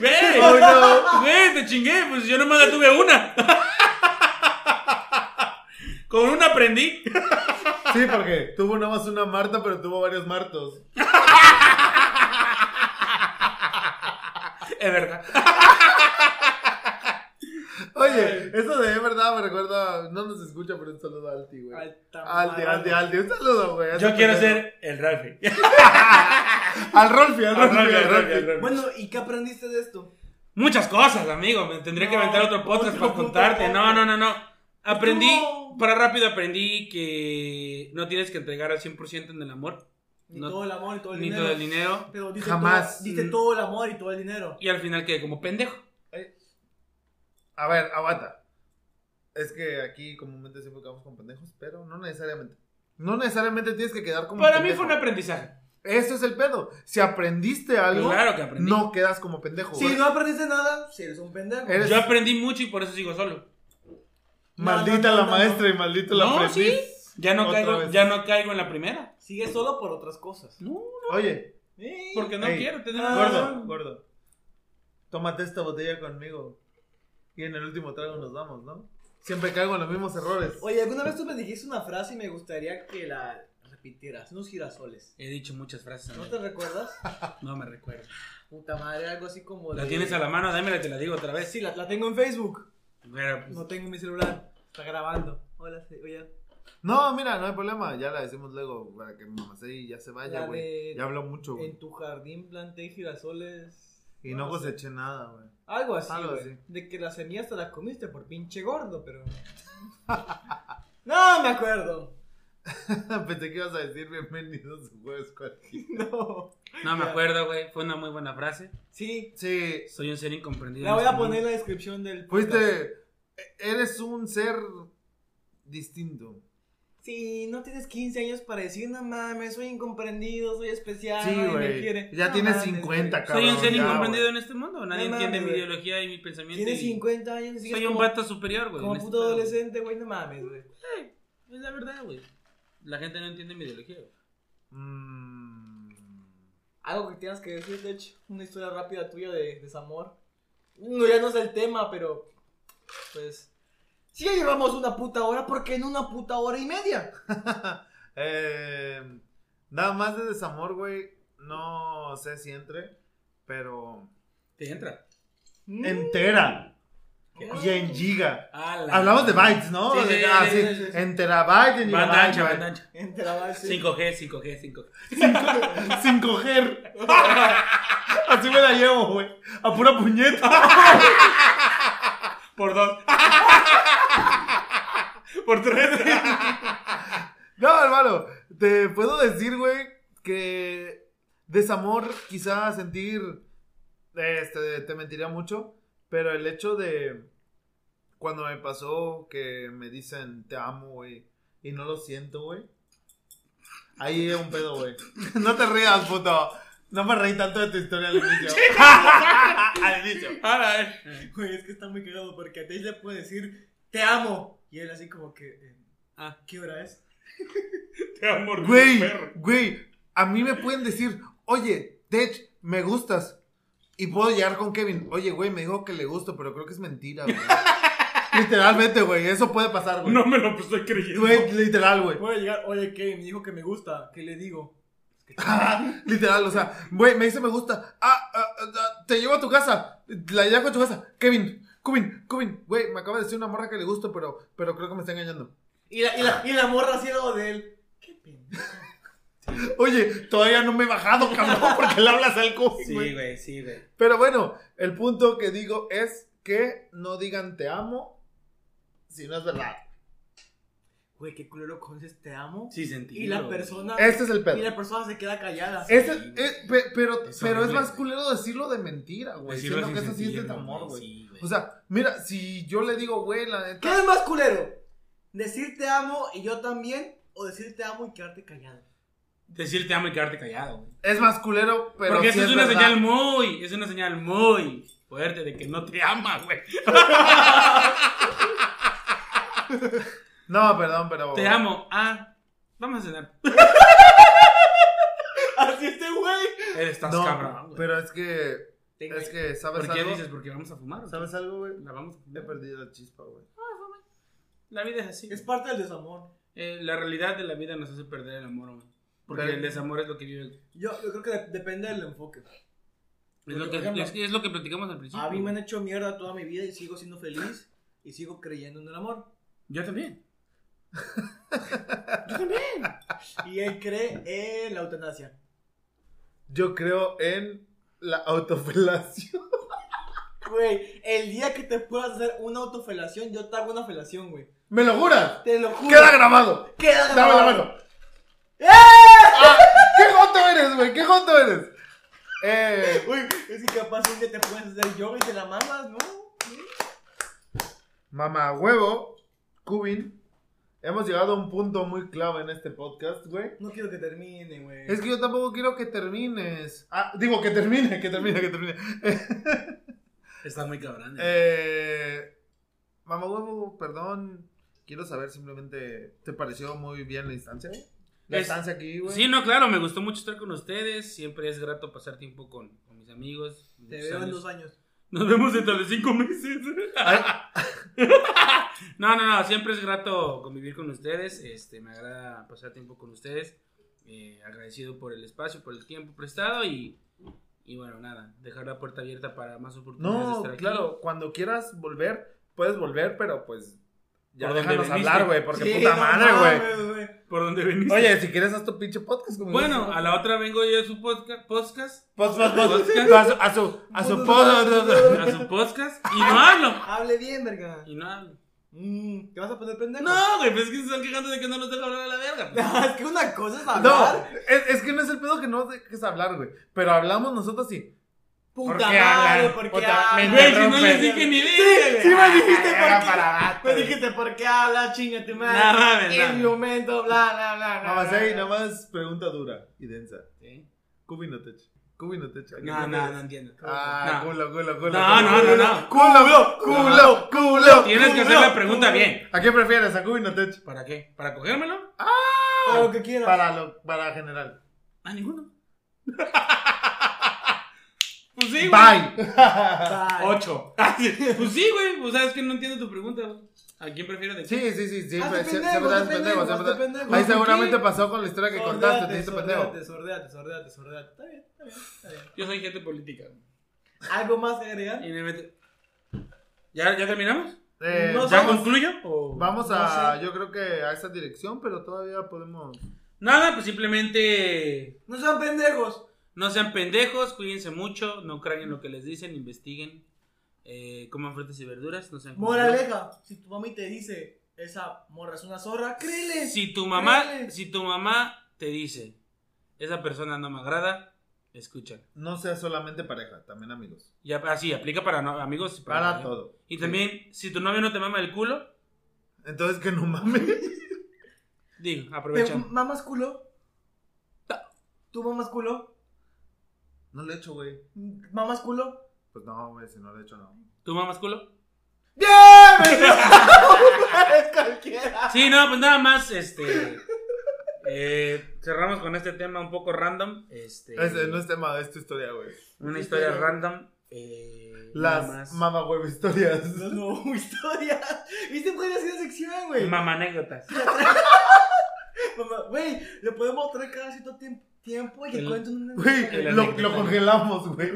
C: ¡Ve!
B: Oh, no.
C: Güey, te chingué, pues yo nomás la tuve una. Con una aprendí.
B: Sí, porque tuvo nada más una Marta, pero tuvo varios Martos.
C: Es verdad.
B: Oye, eso de verdad me recuerda. No nos escucha, pero un saludo a Alti, güey.
A: Alta
B: Alti,
A: madre.
B: Alti, Alti. Un saludo, güey.
C: Yo quiero ser el Ralphie.
B: Al Rolfi, al Rolfi, al Rolfi.
A: Bueno, ¿y qué aprendiste de esto?
C: Muchas cosas, amigo. Me tendría que
A: No,
C: inventar otro podcast
A: otro
C: para
A: puto
C: contarte. No,
A: podcast.
C: no, no, no. Aprendí,
A: Estuvo-
C: para rápido aprendí que no tienes que entregar al 100% en el amor,
A: Ni
C: No-
A: todo el amor y todo el
C: ni
A: dinero.
C: todo el dinero.
A: Pero dice
B: Jamás.
A: Todo, dice
C: Mm.
A: todo el amor y todo el dinero.
C: Y al final quedé como pendejo.
B: A ver, aguanta. Es que aquí comúnmente siempre quedamos con pendejos, pero no necesariamente. No necesariamente tienes que quedar como
C: Para mí
B: pendejo.
C: fue un aprendizaje.
B: Eso es el pedo. Si aprendiste algo,
C: Claro que aprendí.
B: no quedas como pendejo.
A: Si
B: güey.
A: no aprendiste nada, si eres un pendejo.
B: Eh, eres-
C: Yo aprendí mucho y por eso sigo solo.
A: No,
B: Maldita
A: no, no,
B: la
A: no,
B: maestra y maldito la
C: No,
B: aprendiz.
C: sí. Ya no,
B: Otra
C: caigo,
B: vez.
C: ya no caigo en la primera.
A: Sigue solo por otras cosas.
C: No,
B: Oye,
A: Sí.
C: porque no
B: Ey,
C: quiero tener
A: ah,
B: gordo, gordo. Tómate esta botella conmigo. Y en el último trago nos vamos, ¿no? Siempre caigo en los mismos errores.
A: Oye, alguna vez tú me dijiste una frase y me gustaría que la repitieras. Unos girasoles.
C: He dicho muchas frases.
A: ¿No
C: amigo.
A: te recuerdas?
C: No me recuerdo.
A: Puta madre, algo así como.
C: La
A: de-
C: tienes a la mano, dámela, te la digo otra vez.
A: Sí, la, la tengo en Facebook.
C: Pero, pues,
A: No tengo en mi celular. Está grabando. Hola, sí, oye.
B: No, mira, no hay problema. Ya la decimos luego para que mamá y Ah, ya se vaya,
A: La
B: güey.
A: de-
B: Ya habló mucho, güey.
A: En tu jardín planté girasoles.
B: Y no
A: sé.
B: coseché nada, güey.
A: Algo así,
B: Algo
A: güey.
B: así.
A: De que las semillas te las comiste por pinche gordo, pero. no me acuerdo.
B: Pensé que ibas a decir bienvenidos a su jueves cualquiera.
A: No.
C: no me
A: Ya.
C: acuerdo, güey. Fue una muy buena frase.
A: Sí.
B: Sí,
C: Soy un ser incomprendido.
A: La
C: en
A: voy
C: este
A: a poner en
C: mundo.
A: la descripción del. podcast.
B: fuiste. e-, Eres un ser distinto.
A: Sí, no tienes 15 años para decir, no mames, soy incomprendido, soy especial,
B: Sí,
A: nadie me
B: güey.
A: quiere.
B: Ya
A: No
B: tienes
A: mames,
B: 50,
A: güey.
B: cabrón.
C: Soy un ser
B: ya,
C: incomprendido
B: güey.
C: en este mundo. Nadie
A: No mames,
C: entiende mi
A: güey.
C: ideología y mi pensamiento.
A: Tienes
C: y
A: 50 años y sigues
C: Soy un
A: como-
C: vato superior, güey. en
A: Como
C: este
A: puto
C: pedo.
A: adolescente, güey, no mames, güey.
C: Es la verdad, güey. La gente no entiende mi ideología, güey.
B: Mm.
A: Algo que tienes que decir, de hecho, una historia rápida tuya de desamor. No, ya no es el tema, pero. Pues. Si ya llevamos una puta hora, ¿por qué no una puta hora y media?
B: Eh, nada más de desamor, güey. No sé si entre, pero.
C: Te entra.
A: ¿Mm?
B: Entera. Y en giga. Hablamos de
C: bytes
B: bytes, ¿no?
C: Sí, sí,
B: ah,
C: sí,
B: sí.
C: sí, sí.
B: En terabyte, en
C: Banda ancha,
B: gigabyte,
C: banda ancha.
A: Entre la base.
C: 5G, 5G, 5G.
B: güey. Sin coger. Así me la llevo, güey. A pura puñeta.
C: Por dos. Por tres.
B: No, hermano. Te puedo decir, güey, que desamor quizá sentir. Este, te mentiría mucho. Pero el hecho de. Cuando me pasó que me dicen te amo, güey. Y no lo siento, güey. Ahí es un pedo, güey. No te rías, puto. No me reí tanto de tu historia al inicio. al inicio.
A: Güey, es que está muy cagado porque a Tej le puede decir, te amo. Y él así como que. eh, ah, ¿qué hora es?
C: Te amo,
B: Güey, güey, a mí me pueden decir, oye, Tech, me gustas. Y puedo llegar con Kevin, oye, güey, me dijo que le gusto, pero creo que es mentira, güey. Literalmente, güey, eso puede pasar, güey.
C: me lo estoy creyendo.
B: Güey, literal, güey.
A: Voy a llegar, oye, ¿qué? Me dijo que me gusta, ¿qué le digo?
B: Literal, o sea, güey, me dice me gusta. Ah, ah, ah, ah, te llevo a tu casa. La llevo a tu casa. Kevin, Kevin, Kevin, güey, me acaba de decir una morra que le gusto, pero, pero creo que me está engañando.
A: Y la, y la, y la morra haciendo de él. Qué pendejo.
B: Oye, todavía no me he bajado, cabrón, porque le hablas al COVID,
C: Sí,
B: güey.
C: güey, sí, güey.
B: Pero bueno, el punto que digo es que no digan te amo si no es verdad.
A: Güey, qué culero con ese te amo.
C: Sí, sentí.
A: y la persona.
B: Este es el
A: Y
B: pedo.
A: la persona se queda callada.
B: Este- eh, pe- pero
C: Es
B: pero es
C: horrible.
B: más culero decirlo de mentira, güey.
C: Decirlo
B: Siento
C: sin
B: que eso sí es
C: sentir,
B: de
C: ¿no,
B: amor, güey.
C: Sí, güey.
B: O sea, mira, si yo le digo, güey, la
A: ¿Qué
B: neta.
A: es más culero? ¿Decir te amo y yo también? ¿O decir te amo y quedarte callado?
C: decir te amo y quedarte callado, güey.
B: Es más culero, pero.
C: Porque
B: sí
C: eso es, una
B: verdad.
C: señal muy, es una señal muy fuerte de que no te ama, güey.
B: No, perdón, pero.
C: Te amo. Ah, vamos a cenar.
A: Así este güey.
C: Eres estás
B: No,
C: cabrón, güey.
B: pero es que. Es que, ¿sabes
C: ¿Por qué
B: algo?
C: dices? Porque vamos a fumar. o qué?
B: ¿Sabes algo, güey?
C: La vamos a
B: He
C: fumar.
B: perdido la chispa, güey.
C: La vida es así.
A: Es parte del desamor.
C: Eh, la realidad de la vida nos hace perder el amor, güey. Porque
B: Pero-
C: el desamor es lo que vive.
A: Yo, yo creo que de- depende del enfoque.
C: Es
A: Porque,
C: lo que,
A: por ejemplo,
C: es, es lo que platicamos al principio.
A: A mí me
C: güey.
A: han hecho mierda toda mi vida y sigo siendo feliz y sigo creyendo en el amor.
C: Yo también.
A: Y él cree en la eutanasia.
B: Yo creo en la autofelación.
A: Güey, el día que te puedas hacer una autofelación, yo te hago una felación, güey.
B: ¿Me lo juras?
A: Te lo juro.
B: Queda grabado.
A: Queda
B: Dame
A: grabado.
B: la mano. Ah, ¡Qué joto eres, güey! ¡Qué joto eres! Eh,
A: Uy, es que capaz un día te puedes hacer yoga y te la mamas, ¿no?
B: mamá huevo, Cubin, hemos llegado a un punto muy clave en este podcast, güey.
A: No quiero que termine, güey.
B: Es que yo tampoco quiero que termines. Ah, digo, que termine, que termine, que termine.
C: Está muy cabrón. eh.
B: Eh, mamá huevo, perdón. Quiero saber simplemente, ¿te pareció muy bien la instancia, güey? La
C: Es-
B: instancia aquí, güey.
C: Sí, no, claro, me gustó mucho estar con ustedes. Siempre es grato pasar tiempo con, con mis amigos.
A: Te
C: muchos
A: veo en
C: años.
A: dos años.
C: Nos vemos dentro de cinco meses.
B: Ay,
C: No, no, no, siempre es grato convivir con ustedes. Este, me agrada pasar tiempo con ustedes. Eh, agradecido por el espacio, por el tiempo prestado y, y bueno, nada, dejar la puerta abierta para más oportunidades de
B: No,
C: estar aquí.
B: claro, cuando quieras volver, puedes volver, pero pues ya
C: Por donde
B: déjanos
C: viniste.
B: hablar, güey, porque
A: Sí,
B: puta
A: no
B: madre, güey.
A: mames, güey.
C: Por donde venís.
B: Oye, si quieres haz tu pinche podcast como Pues,
C: bueno, a la otra vengo yo a su podca- podcast,
B: Pos, pos, pos.
C: Podcast.
B: A su a su a su podcast.
C: a su podcast y no hablo.
A: Hable bien, verga.
C: Y no hablo.
A: Mm, ¿Te vas a poner pendejo?
C: No, güey, pues es que se están quejando de que no nos deja hablar a la verga. pues.
A: es que una cosa es
B: No,
A: hablar.
B: es, es que no es el pedo que no dejes hablar, güey, pero hablamos nosotros y
A: Puta
B: ¿Por qué
A: madre,
B: hablan?
A: ¿por qué
B: Puta,
A: hablan?
B: me
C: Güey, si no
B: interrumpen.
C: les dije ni verga.
A: Sí
C: güey.
A: me dijiste
B: Era
A: por qué.
B: para vato,
A: Me
B: güey.
A: dijiste por qué hablas, chinga tu madre.
C: No mames, no.
A: El momento, bla, bla, bla. bla,
B: Nada más,
C: "Ah".
A: bla,
B: ey,
A: bla.
B: nada más pregunta dura y densa.
C: Sí.
B: Cubi no te echa. Cubi no te echa.
C: No, no, no entiendo.
B: Ah,
C: No.
B: culo, culo, culo.
C: No,
B: culo,
C: no, no,
B: culo, Culo,
C: no.
B: culo, culo.
C: Tienes que
B: culo.
C: hacer la pregunta bien.
B: ¿A qué prefieres? ¿A Cubi no te echa?
C: ¿Para qué? ¿Para cogérmelo?
A: Para lo que quieras.
B: Para, lo, para general.
C: A ninguno. pues sí, güey.
B: Bye.
A: Bye.
C: Ocho. pues sí, güey. O sea, es que no entiendo tu pregunta. güey. ¿A quién prefiero de
B: Sí, sí, sí, sí.
A: Hazte
B: se- se-
A: pendejo,
B: se-
A: hazte
B: se-
A: pendejo,
B: se-
A: hazte
B: se-
A: pendejo.
B: Ahí
A: ¿Por qué?
B: seguramente pasó con la historia que contaste,
A: Sordeate,
B: te hice pendejo.
A: sordeate, sordeate, sordeate, sordeate. Está bien, está bien, está bien.
C: Yo soy gente política. güey.
A: ¿Algo más que agregar?
C: Y me meto- ¿Ya, ¿Ya terminamos?
B: Eh,
A: No
C: ¿Ya
A: sabemos.
B: vamos,
C: concluyo? ¿O-
B: vamos
A: no
B: a,
A: sé.
B: yo creo que a esa dirección, pero todavía podemos.
C: Nada, pues simplemente
A: No sean pendejos.
C: no sean pendejos, cuídense mucho, no crean lo que les dicen, investiguen, eh, coman frutas y verduras, no sean como yo.
A: Moraleja, si tu mami te dice esa morra es una zorra, créele.
C: Si tu mamá,
A: Créele.
C: si tu mamá te dice, esa persona no me agrada, escucha.
B: No sea solamente pareja, también amigos.
C: Y ap- así, aplica para no- amigos y para,
B: Para
C: pareja.
B: todo.
C: Y también, si tu novio no te mama el culo,
B: Entonces que no mames.
C: digo,
A: ¿Te
C: aprovecha.
A: mamas culo? ¿Tú mamas culo?
B: No le echo, güey.
A: ¿Mamas culo?
B: Pues no, güey, si no le echo, no.
C: ¿Tú mamas culo?
A: ¡Bien! es cualquiera.
C: Sí, no, pues nada más, este... eh, cerramos con este tema un poco random. Este,
B: Ese no es tema, es tu historia, güey.
C: Una historia random. eh, nada
B: Las
C: más.
B: mamá web historias.
A: No, no, historia. ¿Viste? Puedes hacer sección, güey.
C: Mamanécdotas.
A: Mamá, güey, le podemos traer cada cierto tiemp- tiempo y que
C: El-
A: cuenten una.
B: Güey,
C: El
B: lo,
C: anécdota.
B: lo congelamos, güey.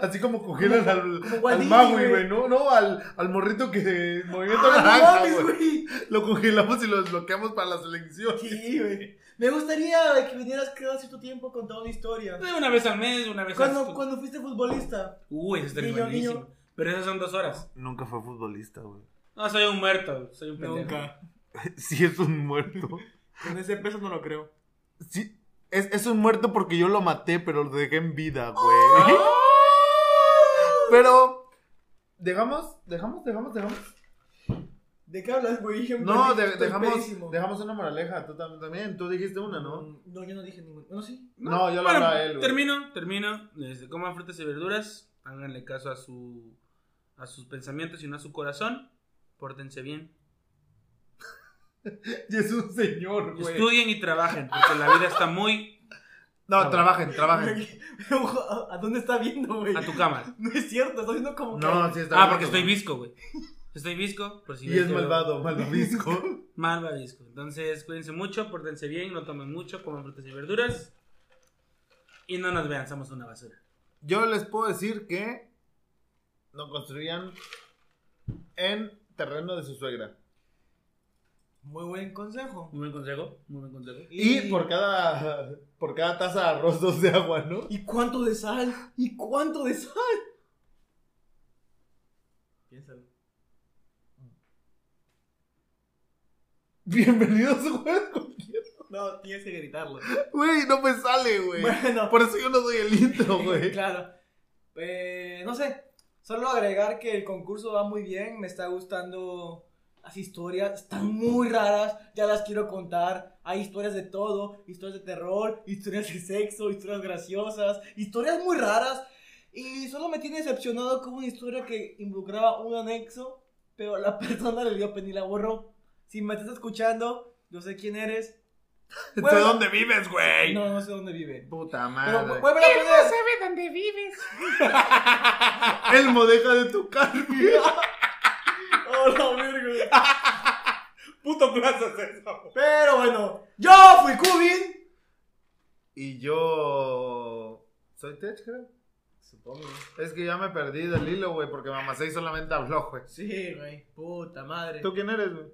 B: Así como congelas al,
A: como Walt
B: al
A: Disney,
B: Maui, güey,
A: güey.
B: ¿no? No, al, al morrito que movimiento
A: Ah, no
B: naranja,
A: mames,
B: güey.
A: güey.
B: Lo congelamos y lo desbloqueamos para la selección.
A: Sí, güey. Me gustaría güey, que vinieras cada cierto tiempo a contar una historia.
C: Eh, Una vez al mes, una vez
A: Cuando,
C: al
A: cuando fuiste futbolista.
C: Uy, eso estaría
A: Niño,
C: buenísimo.
A: niño.
C: Pero esas son dos horas.
B: Nunca fue futbolista, güey.
C: No, soy un muerto, soy un pendejo.
B: Sí es un muerto.
A: Con ese peso no lo creo.
B: Sí, es, es un muerto porque yo lo maté, pero lo dejé en vida, güey. Pero... ¿Dejamos? ¿Dejamos? ¿Dejamos? ¿Dejamos?
A: ¿De qué hablas, güey? Yo me
B: No,
A: perdí,
B: de-
A: estoy
B: dejamos,
A: pedísimo.
B: dejamos una moraleja. Tú tam- también, tú dijiste una, ¿no?
A: Mm, No, yo no dije ninguna. No, sí.
B: No, yo lo
C: Bueno,
B: hablaba él, güey.
C: Termino, termino. Este, coman frutas y verduras. Háganle caso a su a sus pensamientos y no a su corazón. Pórtense bien.
B: Y es un señor, güey.
C: Estudien y trabajen, porque la vida está muy
B: No, trabajen, trabajen.
A: Ojo, ¿A a dónde está viendo, güey?
C: a tu cama.
A: No es cierto, está viendo como que.
B: No, sí está
C: Ah,
B: bien,
C: porque estoy
B: güey.
C: visco, güey. Estoy visco, por si
B: Y
C: ven
B: es
C: que veo-
B: malvado, malvavisco.
C: Malva visco. Entonces, cuídense mucho, pórtense bien, no tomen mucho, coman frutas y verduras. Y no nos vean, somos una basura.
B: Yo les puedo decir que no construían en terreno de su suegra.
A: Muy buen consejo.
C: Muy buen consejo, muy buen consejo.
B: Y por cada por cada taza de arroz dos de agua, ¿no?
A: ¿Y cuánto de sal? ¿Y cuánto de sal? Piénsalo.
B: Bienvenidos, güey. cualquier-
A: No, tienes que gritarlo.
B: Güey, no me sale, güey.
A: Bueno,
B: Por eso yo no doy el intro, güey.
A: claro. Eh, no sé, solo agregar que el concurso va muy bien, me está gustando las historias, están muy raras, ya las quiero contar. Hay historias de todo, historias de terror, historias de sexo, historias graciosas, historias muy raras. Y solo me tiene decepcionado que hubo una historia que involucraba un anexo, pero la persona le dio pena y la borró. Si me estás escuchando, yo sé quién eres.
B: ¿De
A: Bueno.
B: dónde vives, güey?
A: No, no sé dónde vive.
B: Puta
A: Pero
B: madre.
A: vuelve a poner.
B: Elmo, deja de tocarme.
A: Oh, la verga.
C: Puto plaza, César.
A: Pero bueno, yo fui Cubin.
B: Y yo. Soy Tech, creo.
A: Supongo.
B: Es que ya me perdí del hilo, güey, porque Mamá 6 solamente habló, güey.
A: Sí, güey. Puta madre.
B: ¿Tú quién eres, güey?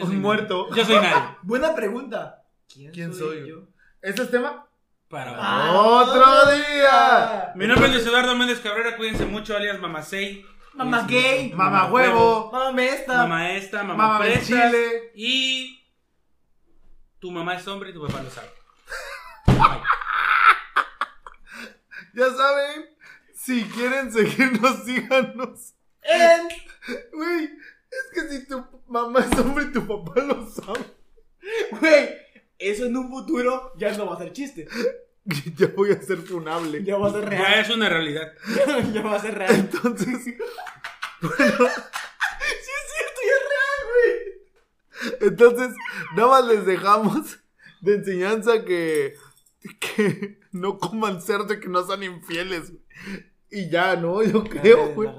B: Un muerto.
C: Yo soy nadie.
A: Buena pregunta. ¿Quién,
B: ¿Quién
A: soy,
B: soy?
A: yo?
B: ¿Ese es tema?
C: Para
A: Ah.
B: ¡Otro día!
C: Mi nombre es Luis Eduardo Méndez Cabrera, cuídense mucho, alias Mamasei.
A: Mamá
C: Cuídense
A: gay.
C: mucho.
B: Mamá huevo,
A: Mamá esta.
C: Mamá esta, mamá,
B: mamá del
C: prestas,
B: chile.
C: Y tu mamá es hombre y tu papá lo sabe. Bye.
B: Ya saben, si quieren seguirnos, síganos.
A: En-
B: Güey, es que si tu mamá es hombre y tu papá lo sabe,
A: Güey. Eso en un futuro ya no va a ser chiste.
B: ya voy a ser funable.
A: Ya va a ser
B: Eh.
C: Ya
A: real.
C: es una realidad.
A: ya va a ser real.
B: Entonces,
A: sí, es cierto, ya es real, güey.
B: entonces, nada más les dejamos de enseñanza que, que no coman cerdo y que no sean infieles. güey. Y ya, ¿no? Yo creo, güey.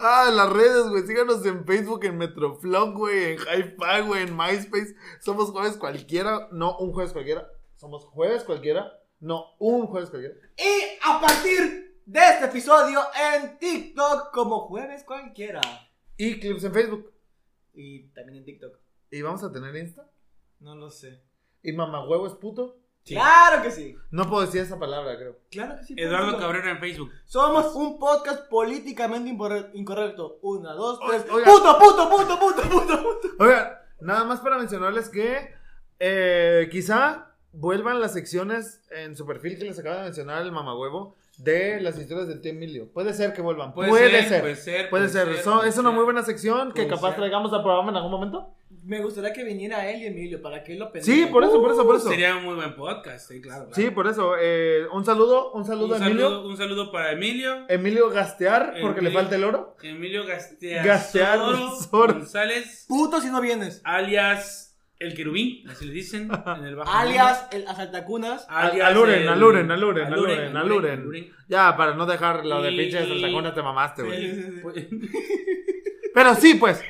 B: Ah, las redes, güey. Síganos en Facebook, en Metroflog, güey, en Hi-Fi, güey, en MySpace. Somos jueves cualquiera. No, un jueves cualquiera. Somos jueves cualquiera. No, un jueves cualquiera.
A: Y a partir de este episodio en TikTok como jueves cualquiera.
B: Y clips en Facebook.
A: Y también en TikTok.
B: ¿Y vamos a tener Insta?
A: No lo sé.
B: ¿Y mamá huevo es puto?
C: Sí.
A: Claro que sí.
B: No puedo decir esa palabra, creo.
A: Claro que sí.
C: Eduardo
A: pónselo.
C: Cabrera en Facebook.
A: Somos un podcast políticamente incorre- incorrecto. Una, dos, tres.
B: oiga.
A: Puto, puto, puto, puto, puto, puto.
B: Oigan, nada más para mencionarles que eh, quizá vuelvan las secciones en su perfil que les acaba de mencionar el mamagüevo de las historias del tío Emilio. Puede ser que vuelvan. Puede, ser.
C: Puede ser.
B: Puede ser, Son- es una muy buena sección que
C: Puede
B: capaz
C: ser.
B: traigamos al programa en algún momento.
A: Me gustaría que viniera él y Emilio para que él lo Uh. pensara.
B: Sí, por eso, por eso, por eso.
C: Pues Sería un muy buen podcast, sí, claro. claro.
B: Sí, por eso. eh, un saludo, un saludo
C: un,
B: a Emilio.
C: saludo, un saludo para Emilio.
B: Emilio Gastear, porque le
C: Emilio.
B: falta el oro.
C: Emilio Gastear.
B: Gastear Sor.
C: González,
A: Puto si no vienes.
C: alias El Querubín, así le dicen en el bajo
A: Alias el asaltacunas.
C: mundo. Alias
B: Aluren,
C: el-
B: aluren, aluren, aluren, aluren.
C: aluren.
B: Ya, para no dejar lo de
C: Y-
B: pinches saltacones te mamaste, güey.
A: Sí, sí, sí.
B: Pero sí, pues.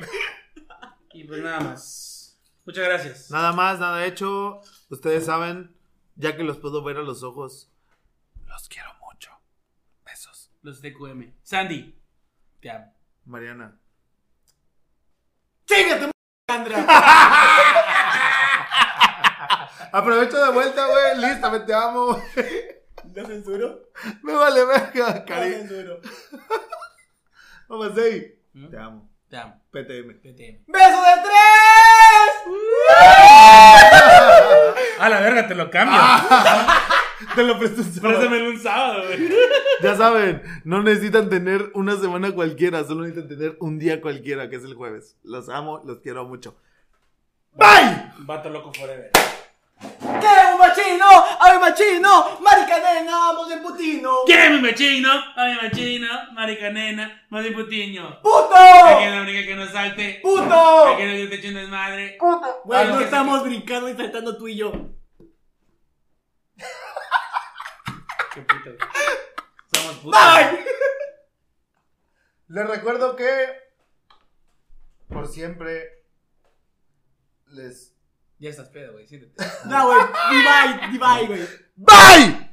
C: Y pues nada más. Muchas gracias.
B: Nada más, nada hecho. Ustedes saben, ya que los puedo ver a los ojos, los quiero mucho. Besos.
C: Los TQM. Sandy, te amo.
B: Mariana.
A: ¡Chíngate, Sandra!
B: Aprovecho de vuelta, güey. Listamente te amo.
A: ¿Lo censuro?
B: Me vale verga,
A: Lo
B: cariño.
A: censuro.
B: Vamos, ahí.
C: ¿Mm?
B: Te amo.
C: Te amo.
B: PTM.
C: PTM.
A: ¡Beso de Uh. tres!
C: A la verga, te lo cambio.
B: Te lo presto un sábado.
C: Préstamelo un sábado, güey.
B: Ya saben, no necesitan tener una semana cualquiera, solo necesitan tener un día cualquiera, que es el jueves. Los amo, los quiero mucho. ¡Bye!
C: Vato loco forever.
A: ¡Qué un machino! ¡Ay, machino! ¡Maricanena, vamos en putino!
C: ¿Quieres mi machino? A mi machino, maricanena, más putiño. Aquí es
A: ¡Puto!
C: la única que no salte.
A: ¡Puto!
C: Aquí es el techo es madre.
A: Güey,
C: Ah,
A: no
C: no,
A: estamos brincando y saltando tú y yo.
C: Qué puto. güey. Somos putos.
A: ¡Bye!
B: Les recuerdo que por siempre les
C: Ya estás pedo, güey. Siéntate.
A: No, güey. Non, Divide, divide, güey.
B: ¡Bye!